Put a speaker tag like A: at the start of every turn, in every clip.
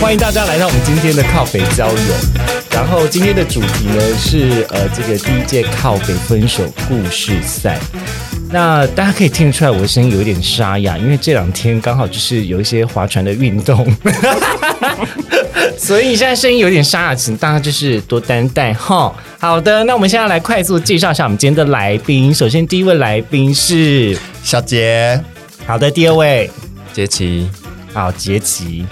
A: 欢迎大家来到我们今天的靠北交友。然后今天的主题呢是呃这个第一届靠北分手故事赛。那大家可以听得出来，我的声音有一点沙哑，因为这两天刚好就是有一些划船的运动，所以现在声音有点沙哑，请大家就是多担待哈。 好的，那我们现在来快速介绍一下我们今天的来宾。首先第一位来宾是
B: 小杰，
A: 好的，第二位
C: 杰奇，
A: 好杰奇，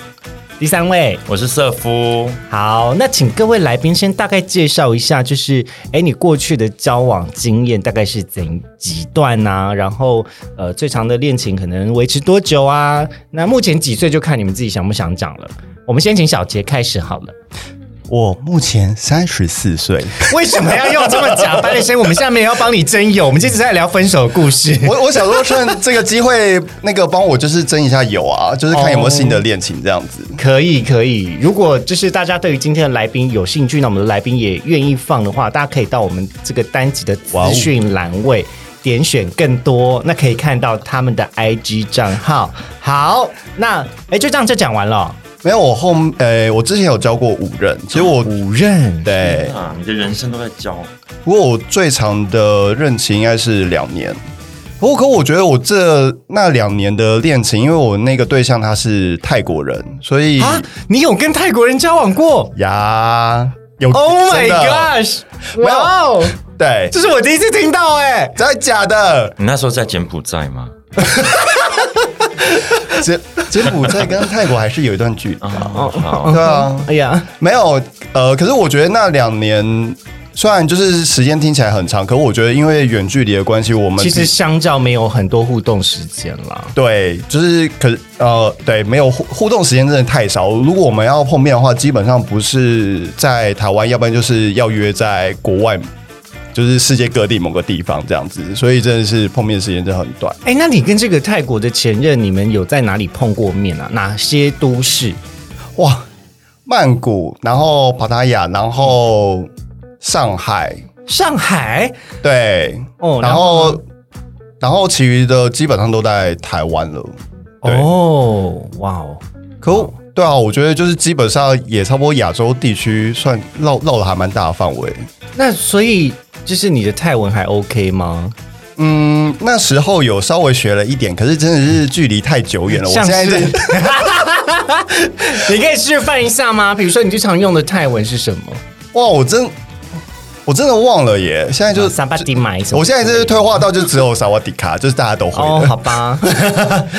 A: 第三位
C: 我是瑟夫。
A: 好，那请各位来宾先大概介绍一下，就是哎，你过去的交往经验大概是怎几段啊？然后呃，最长的恋情可能维持多久啊？那目前几岁就看你们自己想不想讲了。我们先请小杰开始好了。
B: 我目前三十四岁，
A: 为什么要用这么假扮的声音？我们现在没有要帮你征友，我们一直在聊分手的故事。
B: 我我想说趁这个机会，那个帮我就是争一下友啊，就是看有没有新的恋情这样子。
A: 可以可以，如果就是大家对于今天的来宾有兴趣，那我们的来宾也愿意放的话，大家可以到我们这个单集的资讯栏位点选更多，那可以看到他们的 IG 账号。好，那哎就这样就讲完了。
B: 没有，我后呃，我之前有交过哦五任，其实我
A: 五任
B: 对，
C: 啊，你的人生都在教，
B: 不过我最长的任期应该是两年。不过，可我觉得我这那两年的恋情，因为我那个对象他是泰国人，所以
A: 啊，你有跟泰国人交往过
B: 呀，有
A: ？Oh my
B: 真的
A: gosh！
B: 没有
A: 哇哦，
B: 对，
A: 这是我第一次听到哎、
B: 真的假的？
C: 你那时候在柬埔寨吗？
B: 柬柬埔寨跟泰国还是有一段 距离，
A: 嗯
C: 哦，好，
B: 对啊，
A: 哎呀，
B: 没有，呃，可是我觉得那两年虽然就是时间听起来很长，可我觉得因为远距离的关系，我们
A: 其实相较没有很多互动时间啦。
B: 对，就是可呃，对，没有互互动时间真的太少。如果我们要碰面的话，基本上不是在台湾，要不然就是要约在国外，就是世界各地某个地方这样子，所以真的是碰面时间真的很短。
A: 哎、那你跟这个泰国的前任，你们有在哪里碰过面啊？哪些都市？
B: 哇，曼谷，然后帕塔亚，然后上海，
A: 上海
B: 对，
A: 哦，
B: 然后，然后其余的基本上都在台湾了。
A: 然后哦，哇哦，
B: 可我对啊，我觉得就是基本上也差不多亚洲地区算绕绕了还蛮大的范围。
A: 那所以就是你的泰文还 OK 吗？
B: 嗯，那时候有稍微学了一点，可是真的是距离太久远了。我
A: 像
B: 现在
A: 是
B: 是，
A: 你可以示范一下吗？比如说你最常用的泰文是什么？
B: 哇，我真我真的忘了耶。现在就
A: 萨巴迪买什么？
B: 我现在就是退化到就只有萨瓦迪卡，就是大家都会
A: 哦，
B: 的。
A: 好吧，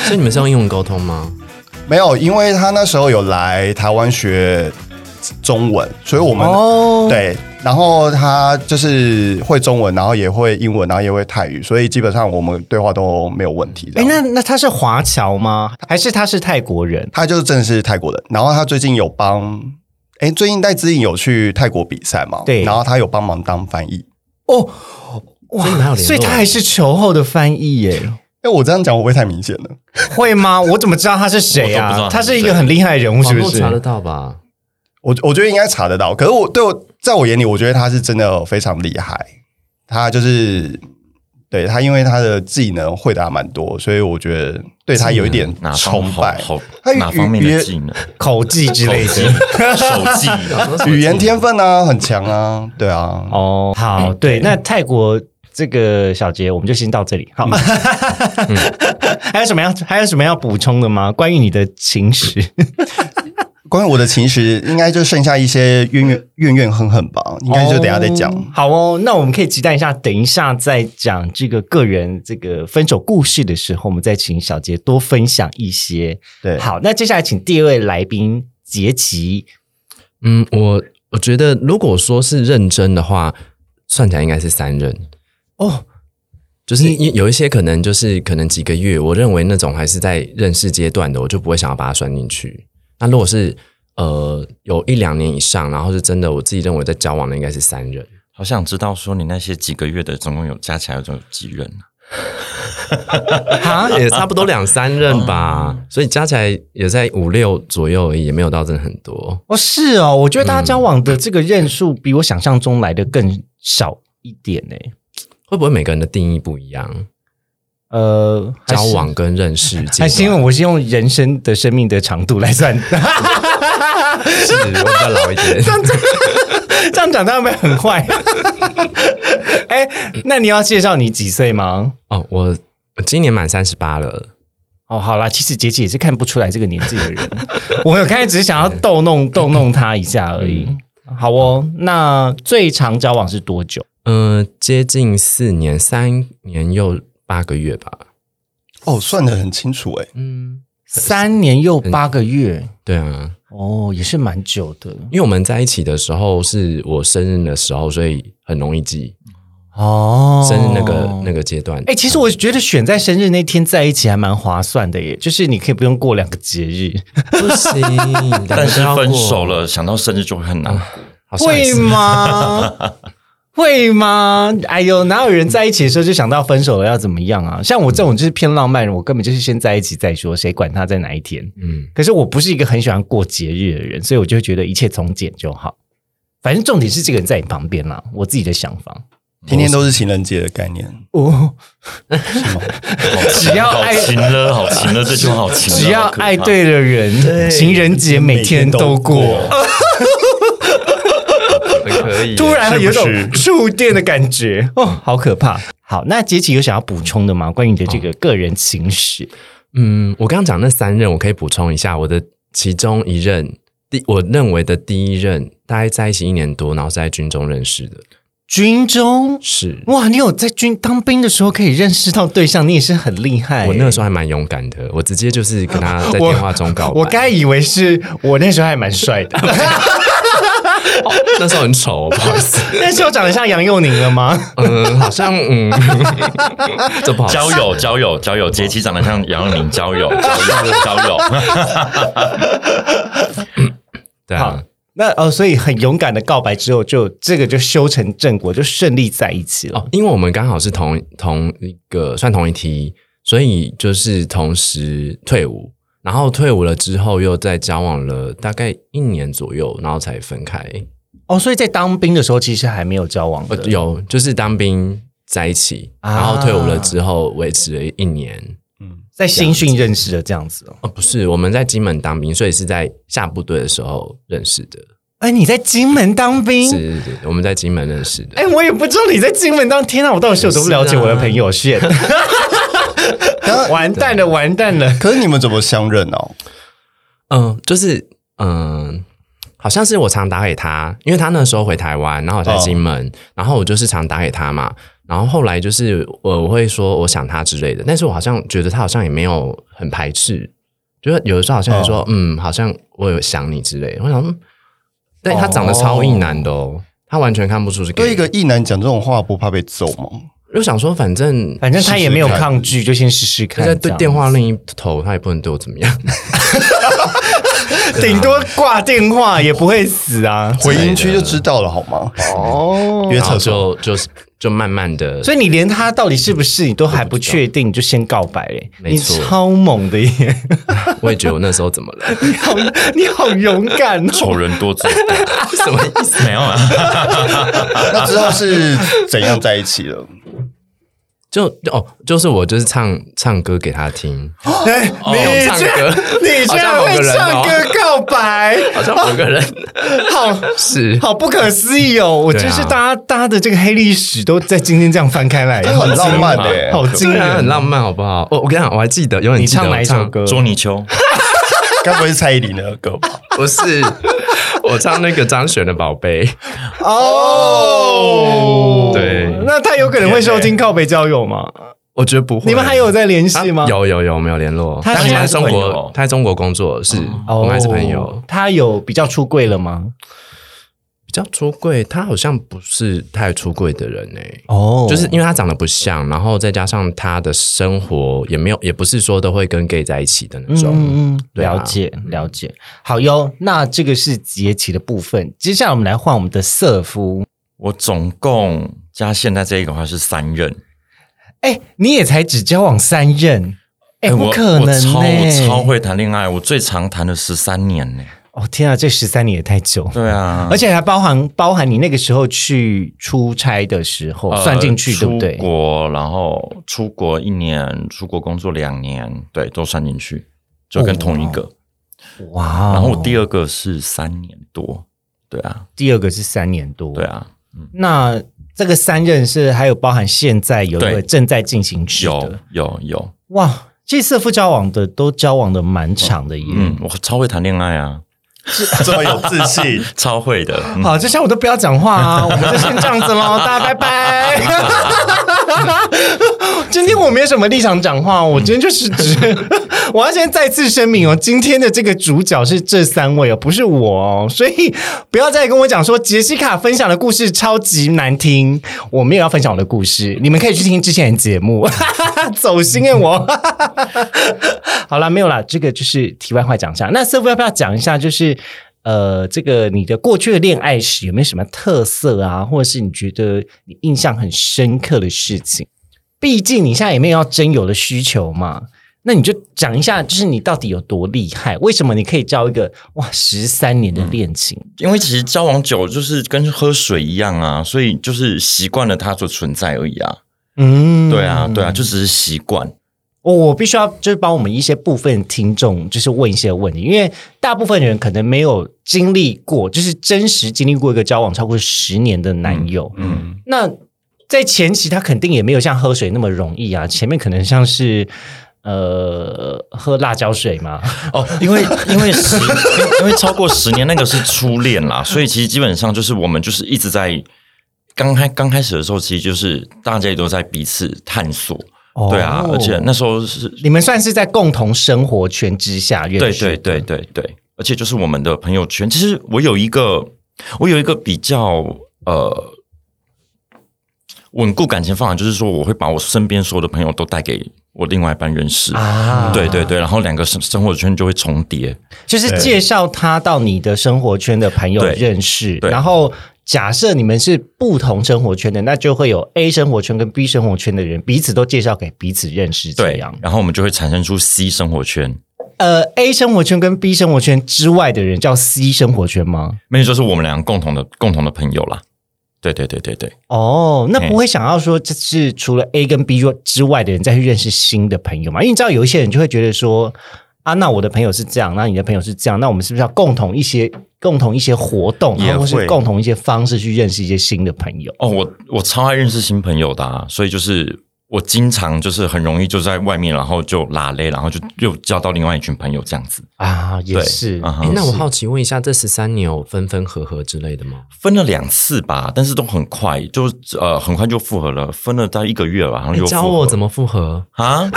D: 所以你们是用英文沟通吗？
B: 没有，因为他那时候有来台湾学中文，所以我们
A: 哦，，
B: 对，然后他就是会中文，然后也会英文，然后也会泰语，所以基本上我们对话都没有问题。
A: 哎、
B: 哎，那
A: 那那他是华侨吗？还是他是泰国人？
B: 他就是真的是泰国人，然后他最近有帮，哎，最近戴资颖有去泰国比赛嘛？
A: 对
B: 然后他有帮忙当翻译。
A: 哦，哇
D: 所以你们还有联络
A: 所以他还是球后的翻译耶。
B: 哎，我这样讲会不会太明显了？
A: 会吗？我怎么知道他是谁
C: 我都不
A: 啊？
C: 知道
A: 他
C: 他是
A: 是
C: 谁
A: 一个很厉害的人物，是
D: 网
A: 不
D: 络
A: 是？
D: 查得到吧？
B: 我我觉得应该查得到，可是我对我在我眼里，我觉得他是真的非常厉害。他就是对他，因为他的技能会的还蛮多，所以我觉得对他有一点
C: 哪方
B: 崇拜。
C: 好，好
B: 他
C: 哪方面
B: 语
C: 的
B: 言
C: 技能？
A: 口技哎之类的。
C: 手 技，
B: 语言天分啊，很强啊，对啊。
A: 哦，好，对，那泰国这个小节我们就先到这里。好，嗯 还有什么要还有什么要补充的吗？关于你的情 史？
B: 关于我的情史，应该就剩下一些怨怨怨怨恨恨吧，应该就等一下再讲。
A: 哦好哦，那我们可以期待一下，等一下再讲这个个人这个分手故事的时候，我们再请小杰多分享一些。
B: 对，
A: 好，那接下来请第二位来宾杰奇。
D: 嗯，我我觉得如果说是认真的话，算起来应该是三任。
A: 哦，
D: 就是因有一些可能就是可能几个月，我认为那种还是在认识阶段的，我就不会想要把它算进去。那如果是呃有一两年以上，然后是真的我自己认为在交往的应该是三任。
C: 好想知道说你那些几个月的总共有加起来有多几人啊？
D: 啊， 也差不多两三任吧，
A: 哦
D: 所以加起来也在五六左右而已，也没有到真的很多。
A: 哦，是哦，我觉得大家交往的这个任数比我想象中来的更少一点欸呢、
D: 会不会每个人的定义不一样？
A: 呃，还
D: 交
A: 是
D: 往跟认 识阶
A: 还是因
D: 段
A: 为我是用人生的生命的长度来算，
D: 是我比较老一点，
A: 这样讲他们很坏。哎、那你要介绍你几岁吗？
D: 哦，我我今年满三十八了，
A: 哦，好啦，其实杰姐也是看不出来这个年纪的人，我有开始只是想要逗弄逗弄她一下而已。好哦，那最长交往是多久？
D: 嗯、接近四年，三年又八个月吧。
B: 哦，算的很清楚哎、
D: 嗯，
A: 三年又八个月，
D: 对啊，
A: 哦，也是蛮久的
D: 因为我们在一起的时候是我生日的时候，所以很容易记
A: 哦。
D: 生日那个、那个阶段。
A: 哎、其实我觉得选在生日那天在一起还蛮划算的耶，就是你可以不用过两个节日，
D: 不行，两个
C: 但是
D: 都要过
C: 分手，了，想到生日就会很难过。
D: 好像也
A: 会
D: 是
A: 吗？会吗？哎呦，哪有人在一起的时候就想到分手了要怎么样啊？像我这种就是偏浪漫人，我根本就是先在一起再说，谁管他在哪一天？
D: 嗯，
A: 可是我不是一个很喜欢过节日的人，所以我就会觉得一切从简就好。反正重点是这个人在你旁边啦，我自己的想法。
B: 天天都是情人节的概念，
A: 哦，
C: 好
A: 嗯
C: 亲
A: 只要
C: 好
A: 爱
C: 勤了，好勤了，这句话好勤了。
A: 只要
C: 好可怕
A: 爱，对了人，情人节每天都过。
C: 可以
A: 突然有种
B: 是不
A: 触电的感觉哦，好可怕。好，那杰奇有想要补充的吗？关于你的这个个人情史？
D: 嗯，我刚刚讲那三任，我可以补充一下，我的其中一任，第我认为的第一任，大概在一起一年多，然后是在军中认识的，
A: 军中
D: 是
A: 哇，你有在军当兵的时候可以认识到对象，你也是很厉害、
D: 我那个时
A: 候。
D: 候还蛮勇敢的，我直接就是跟他在电话中告白。
A: 我该以为是我那时候还蛮帅的，
D: 那时候很丑，不好意思。
A: 那时候长得像杨佑宁了吗？
D: 嗯，好 像嗯，这不好
C: 交
D: 说。
C: 友交友交友，杰奇长得像杨佑宁，交友交友交友，
D: 对
A: 好
D: 啊，，
A: 那哦，所以很勇敢的告白之后，就这个就修成正果，就顺利在一起了。
D: 哦，因为我们刚好是同同一个算同一梯，所以就是同时退伍，然后退伍了之后又再交往了大概一年左右，然后才分开。
A: 哦，所以在当兵的时候其实还没有交往
D: 呃
A: 的，，
D: 有就是当兵在一起，
A: 啊
D: 然后退伍了之后维持了一年。
A: 在新训认识的这样子哦。
D: 哦，不是，我们在金门当兵，所以是在下部队的时候认识的。
A: 哎，你在金门当
B: 嗯
A: 兵？
D: 是是是，我们在金门认识的。
A: 哎、我也不知道你在金门当，天哪，我到底是有多不了解我的朋友线， 完蛋了，完蛋了。
B: 可是你们怎么相认哦？
D: 嗯，就是嗯，好像是我常打给他，因为他那时候回台湾，然后我在金门，
B: 哦
D: 然后我就是常打给他嘛。然后后来就是我我会说我想他之类的，但是我好像觉得他好像也没有很排斥，就是有的时候好像也
B: 哦
D: 说、嗯，好像我有想你之类的。我想，嗯对他长得超一男的哦，他完全看不出是 gay
B: 哦对一个异男讲这种话，不怕被揍吗？
D: 我想说，反正
A: 反正他也没有
B: 试试看
A: 抗拒，就先试试
D: 就
A: 看。
D: 在对电
A: 话，
D: 话另一头，他也不能对我怎么样。
A: 顶多挂电话也不会死啊。
B: 回音区就知道了好 吗？
A: 哦，
B: 约
D: 然后
B: 厕所，
D: 就就是就慢慢的，
A: 所以你连他到底是不是你都还不确定，你就先告白嘞、
D: 没
A: 你
D: 错
A: 超猛的耶！
D: 我也觉得我那时候怎么了？
A: 你好， 你好勇敢哦！
C: 丑人多嘴多，什么意思？没有啊，
B: 那之后是怎样在一起 了？
D: 就哦，就是我就是唱唱歌给他听，
A: 哎
D: 有
A: 你
D: 唱
A: 居然
D: 歌
A: 你居
D: 好
A: 然
D: 像某
A: 会
D: 个人
A: 唱
D: 哦
A: 歌告白，
D: 好像某个 人
A: 好
D: 是
A: 好不可思议哦！我
D: 对
A: 就
D: 啊
A: 是大家、大家的这个黑历史都在今天这样翻开来，
B: 这很浪漫的、欸
A: 好惊
D: 对啊，很
A: 人！
D: 浪漫，好不好？我、我跟你讲，我还记得，永远
A: 你
D: 记得
A: 唱
D: 我
A: 哪一首？歌？
C: 捉泥鳅，
B: 该不会是蔡依林的歌 吧？
D: 不是，我唱那个张悬的《宝贝》，
A: 哦，
D: 对
A: 那他有可能会收听靠北交友吗？
D: 我觉得不会。
A: 你们还有在联
D: 他
A: 系吗？。
D: 啊有有有，没有联络。
A: 他
D: 但
A: 现
D: 他
A: 在
D: 在
C: 是
D: 中
C: 朋
D: 国
A: 哦
C: 友，
D: 他在中国工作，是我们还是朋友。。
A: 他有比较出柜了吗？
D: 比较出柜，他好像不是太出柜的人欸诶、
A: 哦
D: 就是因为他长得不像，然后再加上他的生活也没有，也不是说都会跟 gay 在一起的那种。
A: 嗯嗯嗯，
D: 对啊
A: 了解了解。好哟，那这个是节气的部分，接下来我们来换我们的瑟夫。
C: 我总共加现在这一个的话是三任，
A: 哎、你也才只交往三任，哎、
C: 哎
A: 不
C: 我
A: 可能、
C: 我超
A: 欸
C: 我超会谈恋爱，我最长谈了十三年呢。
A: 哦！天啊，这十三年也太久，
C: 对啊，
A: 而且还包含包含你那个时候去出差的时候、
C: 呃
A: 算进去，对不对
C: 出？国，然后出国一年，出国工作两年，对，都算进去，就跟同一个。
A: 哦哇哦！
C: 然后我第二个是三年多，对啊，
A: 第二个是三年多，
C: 对啊，
A: 那这个三任是还有包含现在有一
C: 对
A: 个正在进行式
C: 有
A: 的，
C: 有有，
A: 哇！这次夫交往的都交往的蛮长的耶。
C: 嗯，我超会谈恋爱啊，
B: 这么有自信，
C: 超会的。嗯
A: 好，这下我都不要讲话啊，我们就先这样子喽，大家拜拜。 今天我没有什么立场讲话，我今天就是 只，我要先再次声明哦，今天的这个主角是这三位哦，不是我哦，所以不要再跟我讲说杰西卡分享的故事超级难听，我没有要分享我的故事，你们可以去听之前的节目， 走心哎我。好啦，没有啦，这个就是题外话讲一下。那 s e 要不要讲一下，就是呃，这个你的过去的恋爱史有没有什么特色啊，或者是你觉得你印象很深刻的事情？毕竟你现在也没有要真有的需求嘛，那你就讲一下，就是你到底有多厉害？为什么你可以交一个哇十三年的恋情？
C: 因为其实交往久就是跟喝水一样啊，所以就是习惯了它的存在而已啊。
A: 嗯
C: 对啊，对啊，就只是习惯。
A: 我我必须要就是帮我们一些部分听众就是问一些问题，因为大部分人可能没有经历过，就是真实经历过一个交往超过十年的男友。
C: 嗯，
A: 那在前期他肯定也没有像喝水那么容易啊，前面可能像是呃喝辣椒水嘛，
C: 哦，因为 因为十，因为超过十年那个是初恋啦，所以其实基本上就是我们就是一直在刚开刚开始的时候，其实就是大家也都在彼此探索。对啊，
A: 哦
C: 而且那时候是
A: 你们算是在共同生活圈之下认
C: 对
A: 识
C: 对对对对，而且就是我们的朋友圈，其实我有一个，我有一个比较呃稳固感情方法，就是说我会把我身边所有的朋友都带给我另外一半认识。
A: 啊，
C: 对对，对，然后两个生生活圈就会重叠，
A: 就是介绍他到你的生活圈的朋友
C: 对
A: 认识，
C: 对
A: 然后假设你们是不同生活圈的，那就会有 A 生活圈跟 B 生活圈的人彼此都介绍给彼此认识，这
C: 对
A: 样，。
C: 然后我们就会产生出 C 生活圈，
A: 呃，A 生活圈跟 B 生活圈之外的人叫 C 生活圈吗？
C: 那就是我们两个共同的共同的朋友啦。对对对对对，
A: 哦，那
C: 嘿
A: 不会想要说，这是除了 A 跟 B 之外的人再去认识新的朋友嘛？因为你知道有一些人就会觉得说，啊，那我的朋友是这样，那你的朋友是这样，那我们是不是要共同一些共同一些活动，
B: 也
A: 然后或是
B: 会
A: 共同一些方式去认识一些新的朋友？
C: 哦，我我超爱认识新朋友的、啊，所以就是我经常就是很容易就在外面，然后就拉勒，然后就又交到另外一群朋友这样子。
A: 啊，也
C: 对
A: 是。
C: 嗯哼
D: 哎诶那我好奇问一下，这十三年有分分合合之类的吗？
C: 分了两次吧，但是都很快，就呃很快就复合了，分了大概一个月吧，然后
A: 哎
D: 你
C: 就
D: 教我怎
C: 么
D: 么复合？
C: 啊？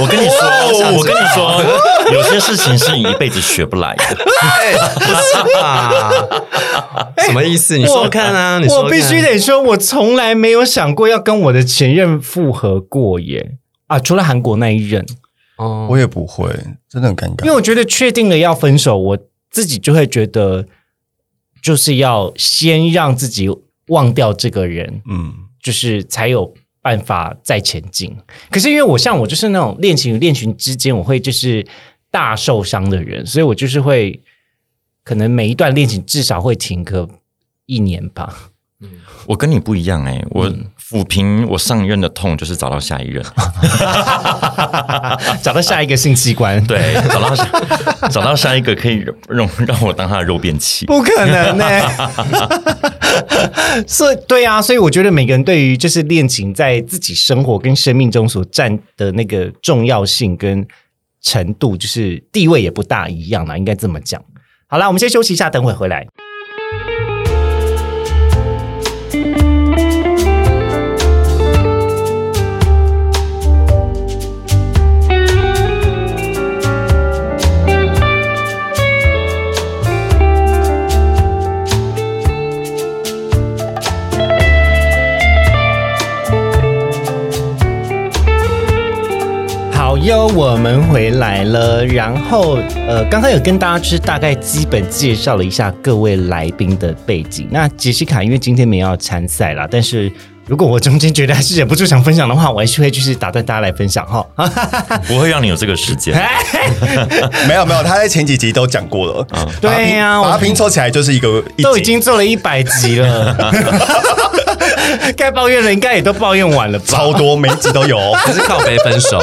C: 我跟你说，我跟你说，有些事情是你一辈子学不来的。
D: 啊， 什么意思？你说说看啊，你说
A: 我必须得说，我从来没有想过要跟我的前任复合过耶。啊，除了韩国那一任，
D: 哦
B: 我也不会，真的很尴
A: 因为
B: 尬。
A: 我觉得确定了要分手，我自己就会觉得，就是要先让自己忘掉这个人，
B: 嗯，
A: 就是才有办法再前进。可是因为我像我就是那种恋情与恋情之间，我会就是大受伤的人，所以我就是会可能每一段恋情至少会停个一年吧。
C: 我跟你不一样哎、我
A: 嗯
C: 抚平我上一任的痛，就是找到下一任，
A: 找到下一个性器官，
C: 对，找到下找到下一个可以让让我当他的肉便器。
A: 不可能呢、所以对啊，所以我觉得每个人对于就是恋情在自己生活跟生命中所占的那个重要性跟程度，就是地位也不大一样啦，应该这么讲。好啦，我们先休息一下，等会回来。好哟，我们回来了。然后，呃，刚刚有跟大家就是大概基本介绍了一下各位来宾的背景。那杰西卡因为今天没有要参赛啦，但是如果我中间觉得还是忍不住想分享的话，我还是会就是打断大家来分享哈。
C: 不会让你有这个时间。
A: 哎
B: 没有没有，他在前几集都讲过了。
A: 对呀、
B: 把它
A: 我
B: 拼凑起来就是一个一集
A: 都已经做了一百集了， 该抱怨的应该也都抱怨完了 吧？
B: 超多，每一集都有哦。
D: 可是靠北分手，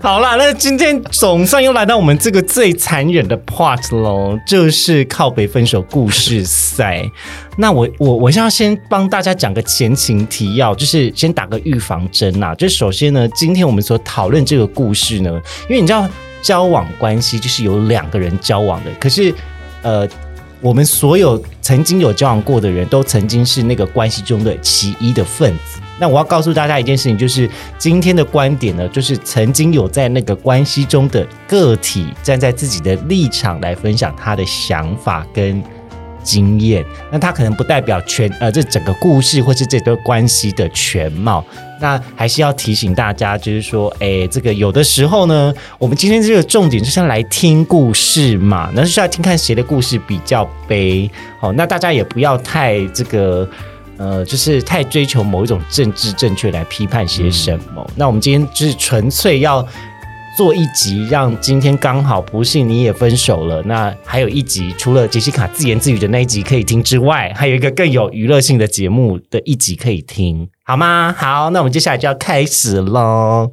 A: 好啦，那今天总算又来到我们这个最残忍的 part 喽，就是靠北分手故事赛。那我我我是要先帮大家讲个前情提要，就是先打个预防针啦、就首先呢，今天我们所讨论这个故事呢，因为你知道交往关系就是有两个人交往的，可是呃。我们所有曾经有交往过的人都曾经是那个关系中的其一的分子。那我要告诉大家一件事情，就是今天的观点呢，就是曾经有在那个关系中的个体，站在自己的立场来分享他的想法跟经验。那他可能不代表全呃这整个故事或是这段关系的全貌。那还是要提醒大家，就是说，哎，这个有的时候呢，我们今天这个重点就是要来听故事嘛，那就是要听看谁的故事比较悲。好，那大家也不要太这个。呃，就是太追求某一种政治正确来批判些什么。那我们今天就是纯粹要做一集，让今天刚好不幸你也分手了。那还有一集，除了杰西卡自言自语的那一集可以听之外，还有一个更有娱乐性的节目的一集可以听，好吗？好，那我们接下来就要开始喽。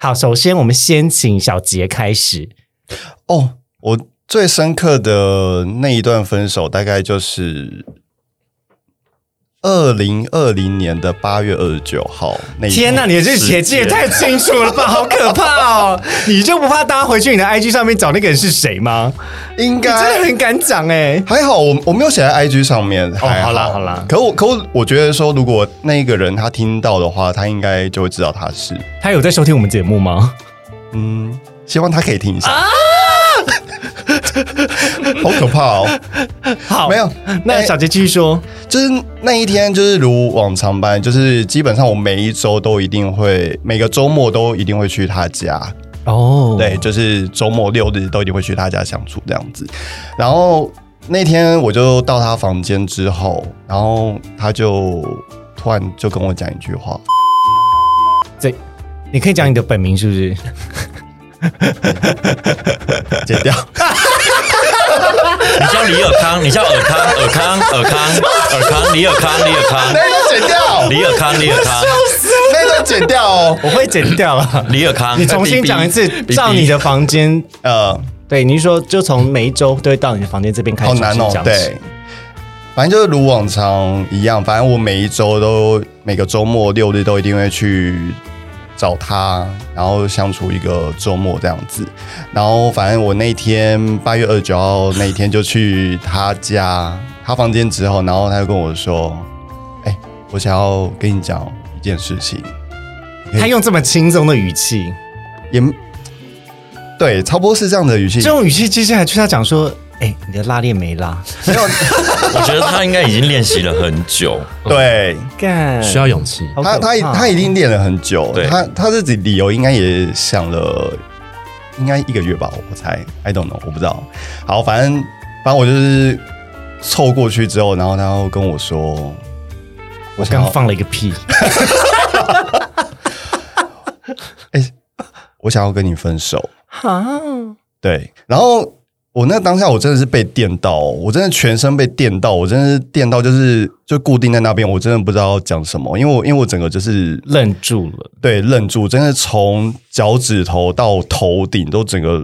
A: 好，首先我们先请小杰开始。
B: 哦，我最深刻的那一段分手，大概就是二零二零年的八月二十九号那一天。
A: 天呐，你的日期也记得太清楚了吧，好可怕哦！你就不怕大家回去你的 IG 上面找那个人是谁吗？
B: 应
A: 你 真
B: 该
A: 的很敢讲哎、
B: 还好，我我没有写在 IG 上面。还
A: 哦好啦好啦
B: 可我可我我觉得说，如果那个人他听到的话，他应该就会知道他是。
A: 他有在收听我们节目吗？
B: 嗯，希望他可以听一下。
A: 啊
B: 好可怕哦！
A: 好，
B: 没有。
A: 那小杰继续说，
B: 就是那一天，就是如往常般，就是基本上我每一周都一定会，每个周末都一定会去他家。
D: 嗯
A: 哦，
B: 对，，就是周末六日都一定会去他家相处这样子。然后那天我就到他房间之后，然后他就突然就跟我讲一句话，
A: 这你可以讲你的本名是不是？
B: 剪掉。
C: 你叫李尔康，你叫尔康，尔康，尔康，尔康，李尔康，李尔康，
B: 那段剪掉，
C: 李尔康，李尔康，
B: 那段剪掉哦。
A: 我会剪掉
B: 啊
A: 了，
C: 李尔康。
A: 你重新讲一 次，照你的房间。
B: 呃，
A: 对，你是说就从每一周都会到你的房间这边开始
B: 好难哦
A: 讲。起
B: 对，，反正就是如往常一样，反正我每一周都每个周末六日都一定会去找他，然后相处一个周末这样子。然后反正我那天八月二十九号那一天就去他家他房间之后，然后他就跟我说：“哎、我想要跟你讲一件事情。”
A: 他用这么轻松的语气，
B: 嗯也对，差不多是这样的语气
A: 这。种语气接下来就是要讲说，哎、你的拉链没拉，
C: 哎我觉得他应该已经练习了很久，
B: 对，
A: 干，
D: 需要勇气。
A: 好可
B: 他他
A: 怕哦
B: 他一定练了很久
C: 对，
B: 他他自己理由应该也想了，应该一个月吧，我猜，I don't know，我不知道。好，反正反正我就是凑过去之后，然后他又跟我说，
A: 我
B: 我想
A: 刚
B: 要，
A: 放了一个 屁，
B: 我想要跟你分手。
A: 哈，
B: 嗯对，然后我那当下我真的是被电到哦，我真的全身被电到，我真的是电到，就是就固定在那边，我真的不知道要讲什么，因为我因为我整个就是
A: 愣住了。
B: 对，愣住，真的从脚趾头到头顶都整个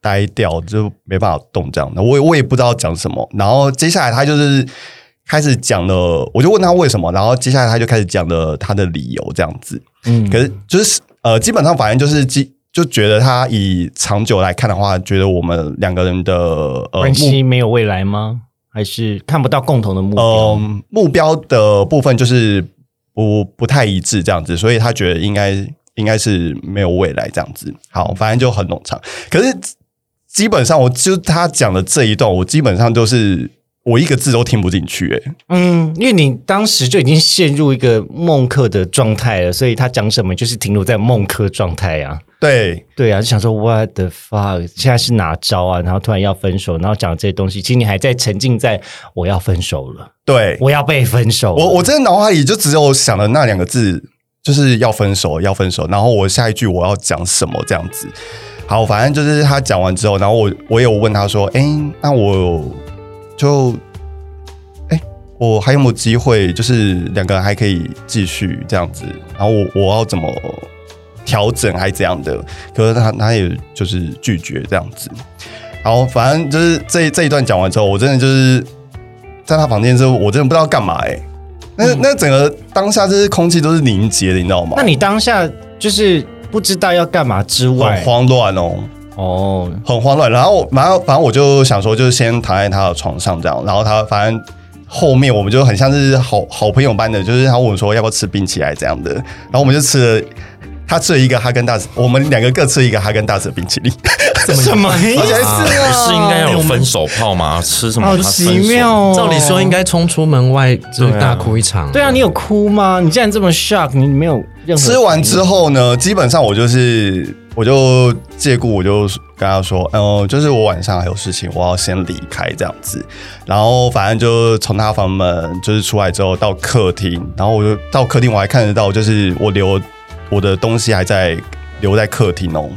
B: 呆掉，就没办法动这样的。我也我也不知道讲什么。然后接下来他就是开始讲了，我就问他为什么，然后接下来他就开始讲了他的理由这样子。
A: 嗯
B: 可是就是呃，基本上反正就是基。就觉得他以长久来看的话，觉得我们两个人的呃
A: 关
B: 目
A: 系没有未来吗？还是看不到共同的目标？
B: 嗯，目标的部分就是不不太一致这样子，所以他觉得应该应该是没有未来这样子。好，反正就很冗长。可是基本上，我就他讲的这一段，我基本上就是我一个字都听不进去、欸。
A: 嗯，因为你当时就已经陷入一个梦客的状态了，所以他讲什么就是停留在梦客状态啊。
B: 对，
A: 对啊，就想说 what the fuck，现在是哪招啊？然后突然要分手，然后讲这些东西，其实你还在沉浸在我要分手了，
B: 对
A: 我要被分手了，
B: 我我真的脑海里就只有想的那两个字，就是要分手，要分手。然后我下一句我要讲什么这样子。好，反正就是他讲完之后，然后我我有问他说：“哎、那我就哎、我还有没有机会？就是两个人还可以继续这样子？然后我我要怎么调整还怎样的？”可是他他也就是拒绝这样子。然后反正就是这这一段讲完之后，我真的就是在他房间之后，我真的不知道干嘛哎、那那整个当下就是空气都是凝结的，你知道吗？
A: 那你当下就是不知道要干嘛之
B: 很
A: 外，
B: 慌乱哦，
A: 哦，
B: 很慌乱。然后我，然后反正我就想说，就是先躺在他的床上这样。然后他反正后面我们就很像是好好朋友般的，就是他问我说要不要吃冰淇淋这样的，然后我们就吃了。他吃了一个哈根达斯，我们两个各吃了一个哈根达斯的冰淇淋。
A: 什么 意思啊？
C: 不是应该要有分手炮吗？吃什么？
A: 好奇妙。哦！
D: 照理说应该冲出门外就是
C: 对啊
D: 大哭一场。
A: 对啊，你有哭吗？你竟然这么 shock，你没有任何
B: 吃完之后呢，基本上我就是我就借故我就跟他说，嗯、就是我晚上还有事情，我要先离开这样子。然后反正就从他房门就是出来之后到客厅，然后我就到客厅，我还看得到，就是我留我的东西还在留在客厅哦。